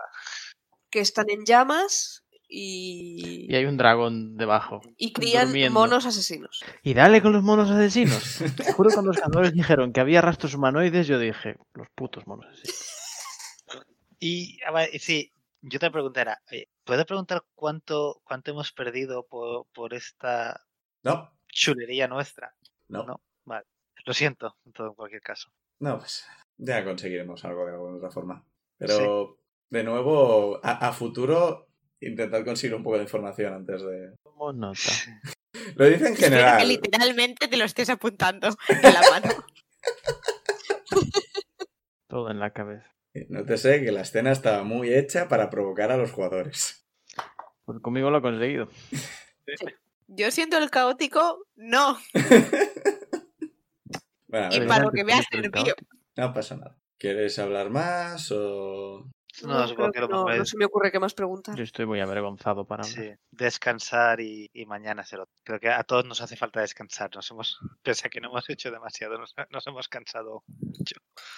D: Que están en llamas y,
F: Y hay un dragón debajo.
D: y crían
F: durmiendo.
D: monos asesinos.
F: Y dale con los monos asesinos. Te juro que cuando los cazadores dijeron que había rastros humanoides, yo dije, los putos monos asesinos.
E: Y a ver, y sí, yo te preguntará, ¿puedo preguntar cuánto, cuánto hemos perdido por, por esta
A: No,
E: chulería nuestra?
A: no, no.
E: No. Lo siento, en todo en cualquier caso.
A: pues ya conseguiremos algo de alguna otra forma. Pero, de nuevo, a, a futuro, intentar conseguir un poco de información antes de...
F: Tomo nota.
A: Lo dice en
B: Espero que
A: general.
B: literalmente te lo estés apuntando en la mano.
F: Todo en la cabeza.
A: No te sé que la escena estaba muy hecha para provocar a los jugadores.
F: Pues conmigo lo ha conseguido.
B: Yo siento el caótico, no.
A: Bueno, a
B: Y
A: ver,
B: para lo que me ha
F: Evidentemente, el
B: servido.
A: no pasa nada. ¿Quieres hablar más o...?
E: No, supongo
D: creo
E: que lo
D: que no,
E: mejor
D: no
E: es-
D: se me ocurre qué más
B: Ah.
D: preguntar.
F: Yo estoy muy avergonzado para hablar.
E: Sí, descansar y, y mañana será otro. Creo que a todos nos hace falta descansar. Nos hemos, pese a que no hemos hecho demasiado, nos, nos hemos cansado.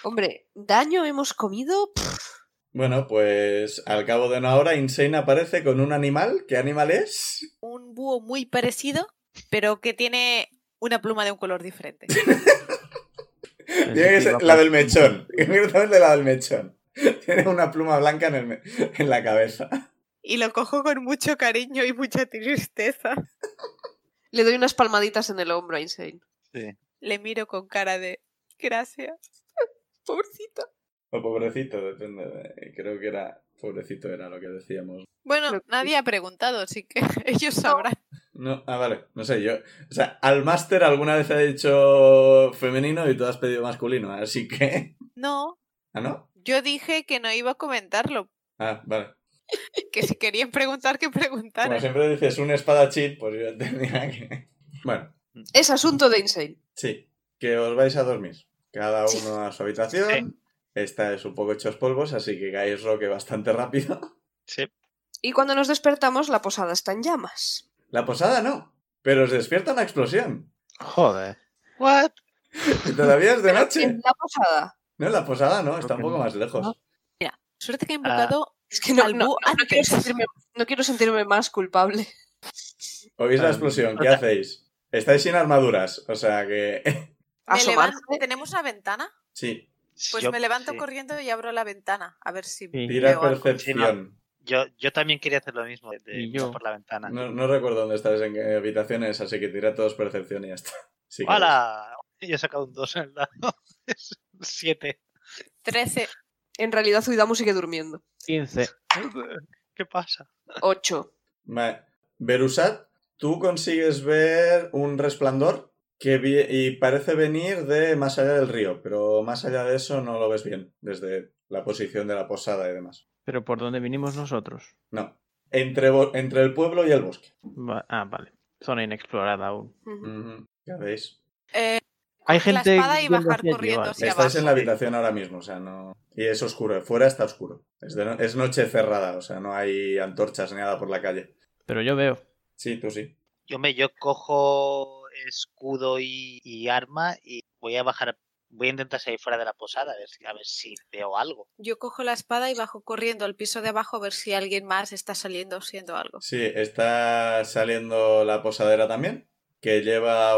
D: Hombre, daño hemos comido. Pff,
A: Bueno, pues al cabo de una hora Insane aparece con un animal. ¿Qué animal es?
B: Un búho muy parecido, pero que tiene una pluma de un color diferente.
F: Pensé
A: Tiene que
F: que
A: ser
F: iba
A: la
F: por-
A: del mechón. Exactamente la del mechón. Tiene una pluma blanca en, el me- en la cabeza.
B: Y lo cojo con mucho cariño y mucha tristeza.
D: le doy unas palmaditas en el hombro a Insane.
B: Le miro con cara de gracias.
D: Pobrecita.
A: O Pues pobrecito, depende. de- Creo que era... Pobrecito era lo que decíamos.
B: Bueno,
D: Creo que-
B: nadie ha preguntado, así que ellos sabrán.
A: No, ah, vale. No sé, yo... O sea, al máster alguna vez ha dicho femenino y tú has pedido masculino, así que...
B: No,
A: ¿Ah, no?
B: yo dije que no iba a comentarlo,
A: Ah, vale.
B: que si querían preguntar, que
A: Como
B: preguntaran.
A: siempre dices un espadachín, pues yo tenía que. Bueno,
D: Es asunto de Insane.
A: sí, que os vais a dormir. Cada
D: Sí.
A: uno a su habitación.
E: Sí.
A: Esta es un poco hechos polvos, así que caéis roque bastante rápido.
E: Sí.
D: Y cuando nos despertamos, la posada está en llamas.
A: La posada no, pero os despierta una explosión.
F: Joder.
E: ¿What?
A: Y todavía es de noche.
D: En la posada.
A: No, la posada no, está
F: Creo
A: un
F: que no.
A: poco más lejos.
B: Suerte que he invocado
D: Es que no,
B: Al
D: no-
B: búho
D: no- no
B: Ah,
D: quiero
B: antes.
D: sentirme, no quiero sentirme más culpable.
A: Oís la
F: Ah,
A: explosión, ¿qué
E: Em, o sea-
A: hacéis? Estáis sin armaduras, o sea que.
B: Me
D: Asomarse.
B: levanto- ¿Tenemos una ventana?
A: Sí,
B: Pues
E: Yo-
B: me levanto
E: sí.
B: corriendo y abro la ventana, a ver si
F: Sí.
A: tira
B: veo algo.
A: percepción.
E: Yo, yo también quería hacer lo mismo, de, de
F: Y
E: mirar
F: yo.
E: por la ventana.
A: No, no recuerdo dónde estáis en qué habitaciones, así que tira todos percepción y ya está. Sí que
E: ¡Hala! Yo he sacado un 2 en el dado. Es un 7.
B: 13.
D: En realidad, Zuidamu sigue durmiendo.
F: 15.
E: ¿Qué pasa?
D: Ocho.
A: Vale. Berusat, tú consigues ver un resplandor que vi- y parece venir de más allá del río, pero más allá de eso no lo ves bien, desde la posición de la posada y demás.
F: Pero por dónde vinimos nosotros.
A: No. Entre, bo- entre el pueblo y el bosque.
F: Va- Ah, vale. Zona inexplorada aún.
D: Ujú.
A: Ya veis.
B: Eh,
F: Hay
B: coger
F: gente.
B: La espada y
F: yendo
B: bajar
F: hacia allí,
B: corriendo
F: vale.
B: hacia
A: Estáis
B: abajo.
A: en la habitación ahora mismo, o sea, no. Y es oscuro, fuera está oscuro. Es, de no- es noche cerrada, o sea, no hay antorchas ni nada por la calle.
C: Pero yo veo.
A: Sí, tú sí.
H: Yo me, yo cojo escudo y, y arma y voy a bajar, voy a intentar salir fuera de la posada a ver si, a ver si veo algo.
B: Yo cojo la espada y bajo corriendo al piso de abajo a ver si alguien más está saliendo o siendo algo.
A: Sí, está saliendo la posadera también, que lleva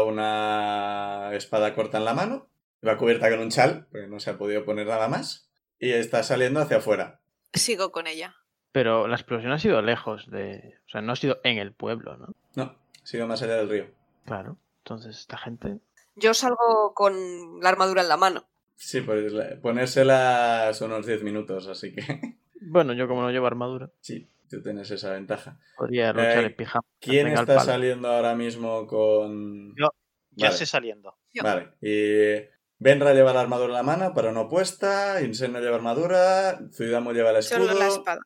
A: una espada corta en la mano, va cubierta con un chal, porque no se ha podido poner nada más, y está saliendo hacia afuera.
B: Sigo con ella.
C: Pero la explosión ha sido lejos de. O sea, no ha sido en el pueblo, ¿no?
A: No, sigue más allá del río.
C: Claro. Entonces, esta gente.
D: Yo salgo con la armadura en la mano.
A: Sí, pues la- ponérsela son unos 10 minutos, así que
C: Bueno, yo como no llevo armadura,
A: sí, tú tienes esa ventaja.
C: podría luchar
A: Eh,
C: en pijama.
A: ¿Quién
C: Venga, al
A: está
C: palo.
A: saliendo ahora mismo con...?
H: Yo. Yo
A: Vale.
H: estoy saliendo.
B: Yo.
A: Vale, y Benra lleva la armadura en la mano, pero no puesta, Insane no lleva armadura, Zuidamo lleva el escudo...
I: Solo la espada.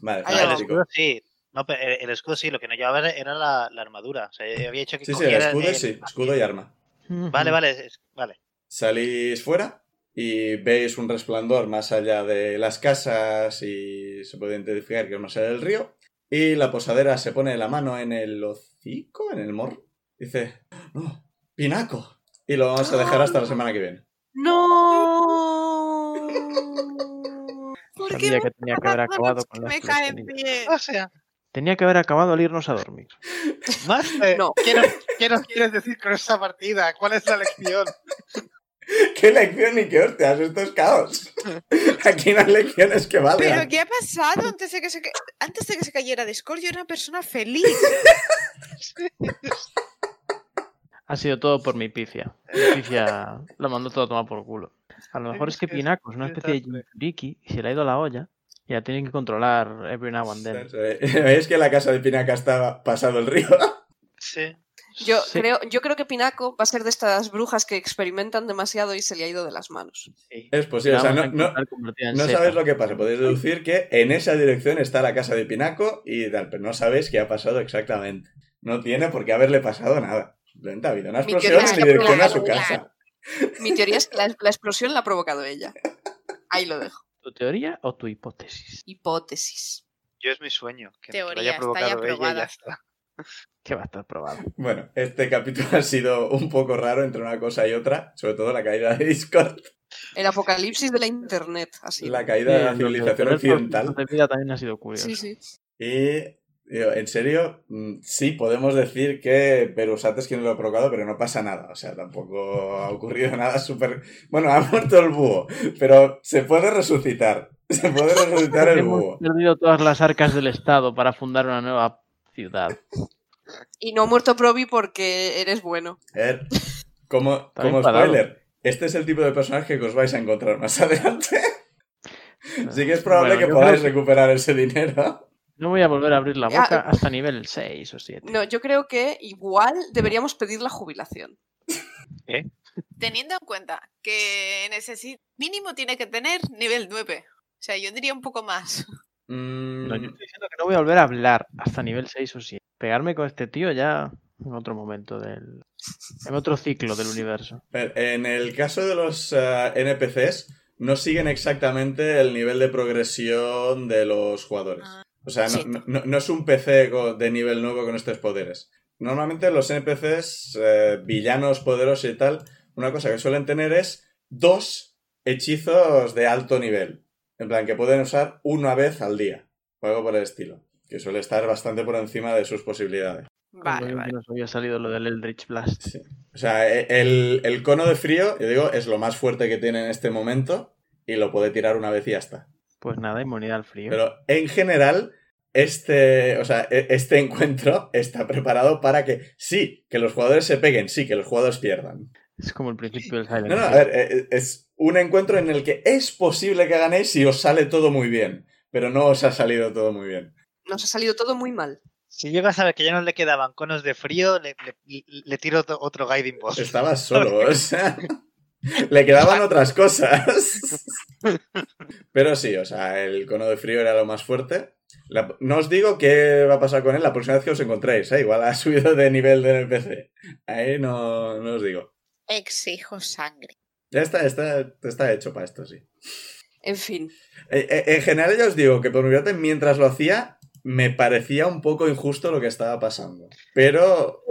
A: Vale,
D: Ah,
H: No, el
D: ya.
A: fantástico.
H: escudo sí. No, pero el, el escudo sí, lo que no llevaba era la, la armadura. O sea, yo había hecho que
A: Sí, sí, el
H: cogiera
A: escudo,
H: el-
A: sí, escudo y arma.
H: Vale, vale, es- vale.
A: Salís fuera y veis un resplandor más allá de las casas y se puede identificar que es más allá del río. Y la posadera se pone la mano en el hocico, en el morro. Dice, "Oh, pinaco. Y lo vamos a dejar hasta la semana que viene.
D: ¡No!
I: ¿Por
C: Sabía que tenía que haber acabado con la
I: me caen
C: explosión.
B: Eh,
I: bien?
E: O sea,
C: Tenía que haber acabado al irnos a dormir.
E: más eh,
D: No.
E: ¿qué, nos, qué nos quieres decir con esta partida? ¿Cuál es la lección?
A: ¡Qué lección y qué hostias! Esto es caos. Aquí no hay lecciones que
I: ¿Pero
A: valgan.
I: qué ha pasado antes de que se, ca- antes de que se cayera Discord? Yo era una persona feliz.
C: Ha sido todo por mi picia. Mi picia la mandó todo a tomar por culo. A lo mejor es que
E: Es que es
C: Pinaco es una
E: un
C: especie de
E: desastre.
C: Jinchuriki y se le ha ido la olla y la tienen que controlar every now and then.
A: Veis Eh, que la casa de Pinaca está pasado el río.
E: Sí.
D: Yo,
C: Sí,
D: creo, yo creo que Pinaco va a ser de estas brujas que experimentan demasiado y se le ha ido de las manos.
C: sí.
A: Es posible. O sea,
C: La vamos a
A: no, no,
C: intentar convertir en
A: No
C: seta.
A: sabéis lo que pasa, podéis deducir que en esa dirección está la casa de Pinaco y tal, pero no sabéis qué ha pasado exactamente. No tiene por qué haberle pasado nada. Simplemente ha habido una
D: Mi
A: explosión
D: teoría
A: en
D: es que
A: dirección a su
D: apunta a
A: casa.
D: Mi teoría es que la, la explosión la ha provocado ella. Ahí lo dejo.
C: ¿Tu teoría o tu hipótesis?
D: Hipótesis.
E: Yo es mi sueño. Que, que lo
I: Teoría,
E: haya
I: está
E: provocado
I: ya
E: ella y
I: probada.
E: ya está.
C: Que va a estar probada.
A: Bueno, este capítulo ha sido un poco raro entre una cosa y otra, sobre todo la caída de Discord,
D: El apocalipsis de la internet, así.
A: la caída de la
C: Sí,
A: civilización
C: pero el
A: occidental.
C: proceso de vida también ha sido curioso.
D: Sí, sí.
A: Y digo, en serio, mm, sí podemos decir que Perusat es quien lo ha provocado, pero no pasa nada. O sea, tampoco ha ocurrido nada súper. Bueno, ha muerto el búho, pero se puede resucitar. Se puede resucitar el
C: Hemos
A: búho.
C: perdido todas las arcas del Estado para fundar una nueva ciudad.
D: Y no ha muerto Probi porque eres bueno.
A: A ver, como,
C: Está
A: como
C: bien parado.
A: spoiler, este es el tipo de personaje que os vais a encontrar más adelante. Así que es probable
C: Bueno,
A: que
C: yo creo
A: podáis recuperar ese dinero.
C: No voy a volver a abrir la
D: Ya,
C: boca
D: eh.
C: hasta nivel 6 o 7.
D: No, yo creo que igual deberíamos pedir la jubilación.
I: Teniendo en cuenta que necesi- mínimo tiene que tener nivel 9. O sea, yo diría un poco más.
A: Mm,
C: No, yo estoy diciendo que no voy a volver a hablar hasta nivel 6 o 7. Pegarme con este tío ya en otro momento del. En otro ciclo del universo.
A: En el caso de los eh, NPCs, no siguen exactamente el nivel de progresión de los jugadores.
I: Ah.
A: O sea, no-
I: Sí.
A: no, no- no es un PC co- de nivel nuevo con estos poderes. Normalmente los NPCs, eh, villanos poderosos y tal, una cosa que suelen tener es dos hechizos de alto nivel. En plan, que pueden usar una vez al día. O algo por el estilo. Que suele estar bastante por encima de sus posibilidades.
C: Cuando
I: Vale,
C: yo
I: vale.
C: Nos había salido lo del Eldritch Blast.
A: Sí. O sea, e- el, el cono de frío, yo digo, es lo más fuerte que tiene en este momento y lo puede tirar una vez y ya está.
C: Pues nada, inmunidad al frío.
A: Pero en general, este, o sea, e- este encuentro está preparado para que sí, que los jugadores se peguen, sí, que los jugadores pierdan.
C: Es como el principio del Silent
A: No, no, a
C: Hill.
A: ver, e- e- es un encuentro en el que es posible que ganéis si os sale todo muy bien, pero no os ha salido todo muy bien.
D: Nos ha salido todo muy mal.
H: Si llego a saber que ya no le quedaban conos de frío, le, le- le tiro otro, otro guiding boss.
A: Estabas solo, o sea. Le quedaban otras cosas. Pero sí, o sea, el cono de frío era lo más fuerte. La- no os digo qué va a pasar con él la próxima vez que os encontréis, ¿eh? Igual ha subido de nivel del NPC. Ahí no, no os digo.
I: Exijo sangre.
A: Ya está, está, está hecho para esto, sí.
D: En fin.
A: Eh, eh, en general, ya os digo que por mi parte, mientras lo hacía, me parecía un poco injusto lo que estaba pasando. Pero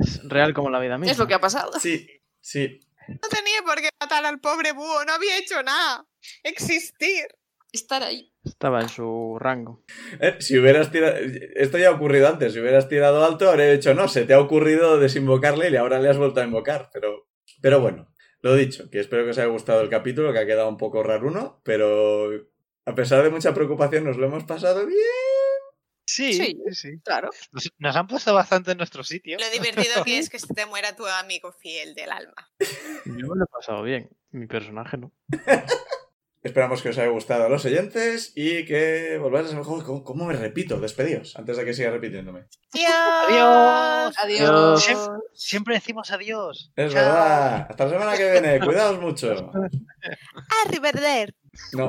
C: Es real como la vida misma.
D: Es lo que ha pasado.
A: sí, sí.
I: No tenía por qué matar al pobre búho, no había hecho nada. Existir.
D: Estar ahí.
C: Estaba en su rango.
A: Eh, si hubieras tirado. Esto ya ha ocurrido antes. Si hubieras tirado alto, habría dicho no. Se te ha ocurrido desinvocarle y ahora le has vuelto a invocar. Pero, pero bueno, lo dicho, que espero que os haya gustado el capítulo, que ha quedado un poco raruno. Pero a pesar de mucha preocupación, nos lo hemos pasado bien.
E: Sí,
D: Sí.
E: sí, sí.
D: Claro.
E: Nos, nos han puesto bastante en nuestro sitio.
I: Lo divertido que es que se te muera tu amigo fiel del alma.
C: Yo me lo he pasado bien. Mi personaje no.
A: Esperamos que os haya gustado a los oyentes y que volváis a ser mejor. ¿Cómo, cómo me repito? Despedidos, antes de que siga repitiéndome.
I: Adiós.
D: Adiós.
E: Adiós. Siempre decimos adiós.
A: Es
E: Chao.
A: verdad. Hasta la semana que viene. Cuidaos mucho.
I: Arrivederci.
A: No.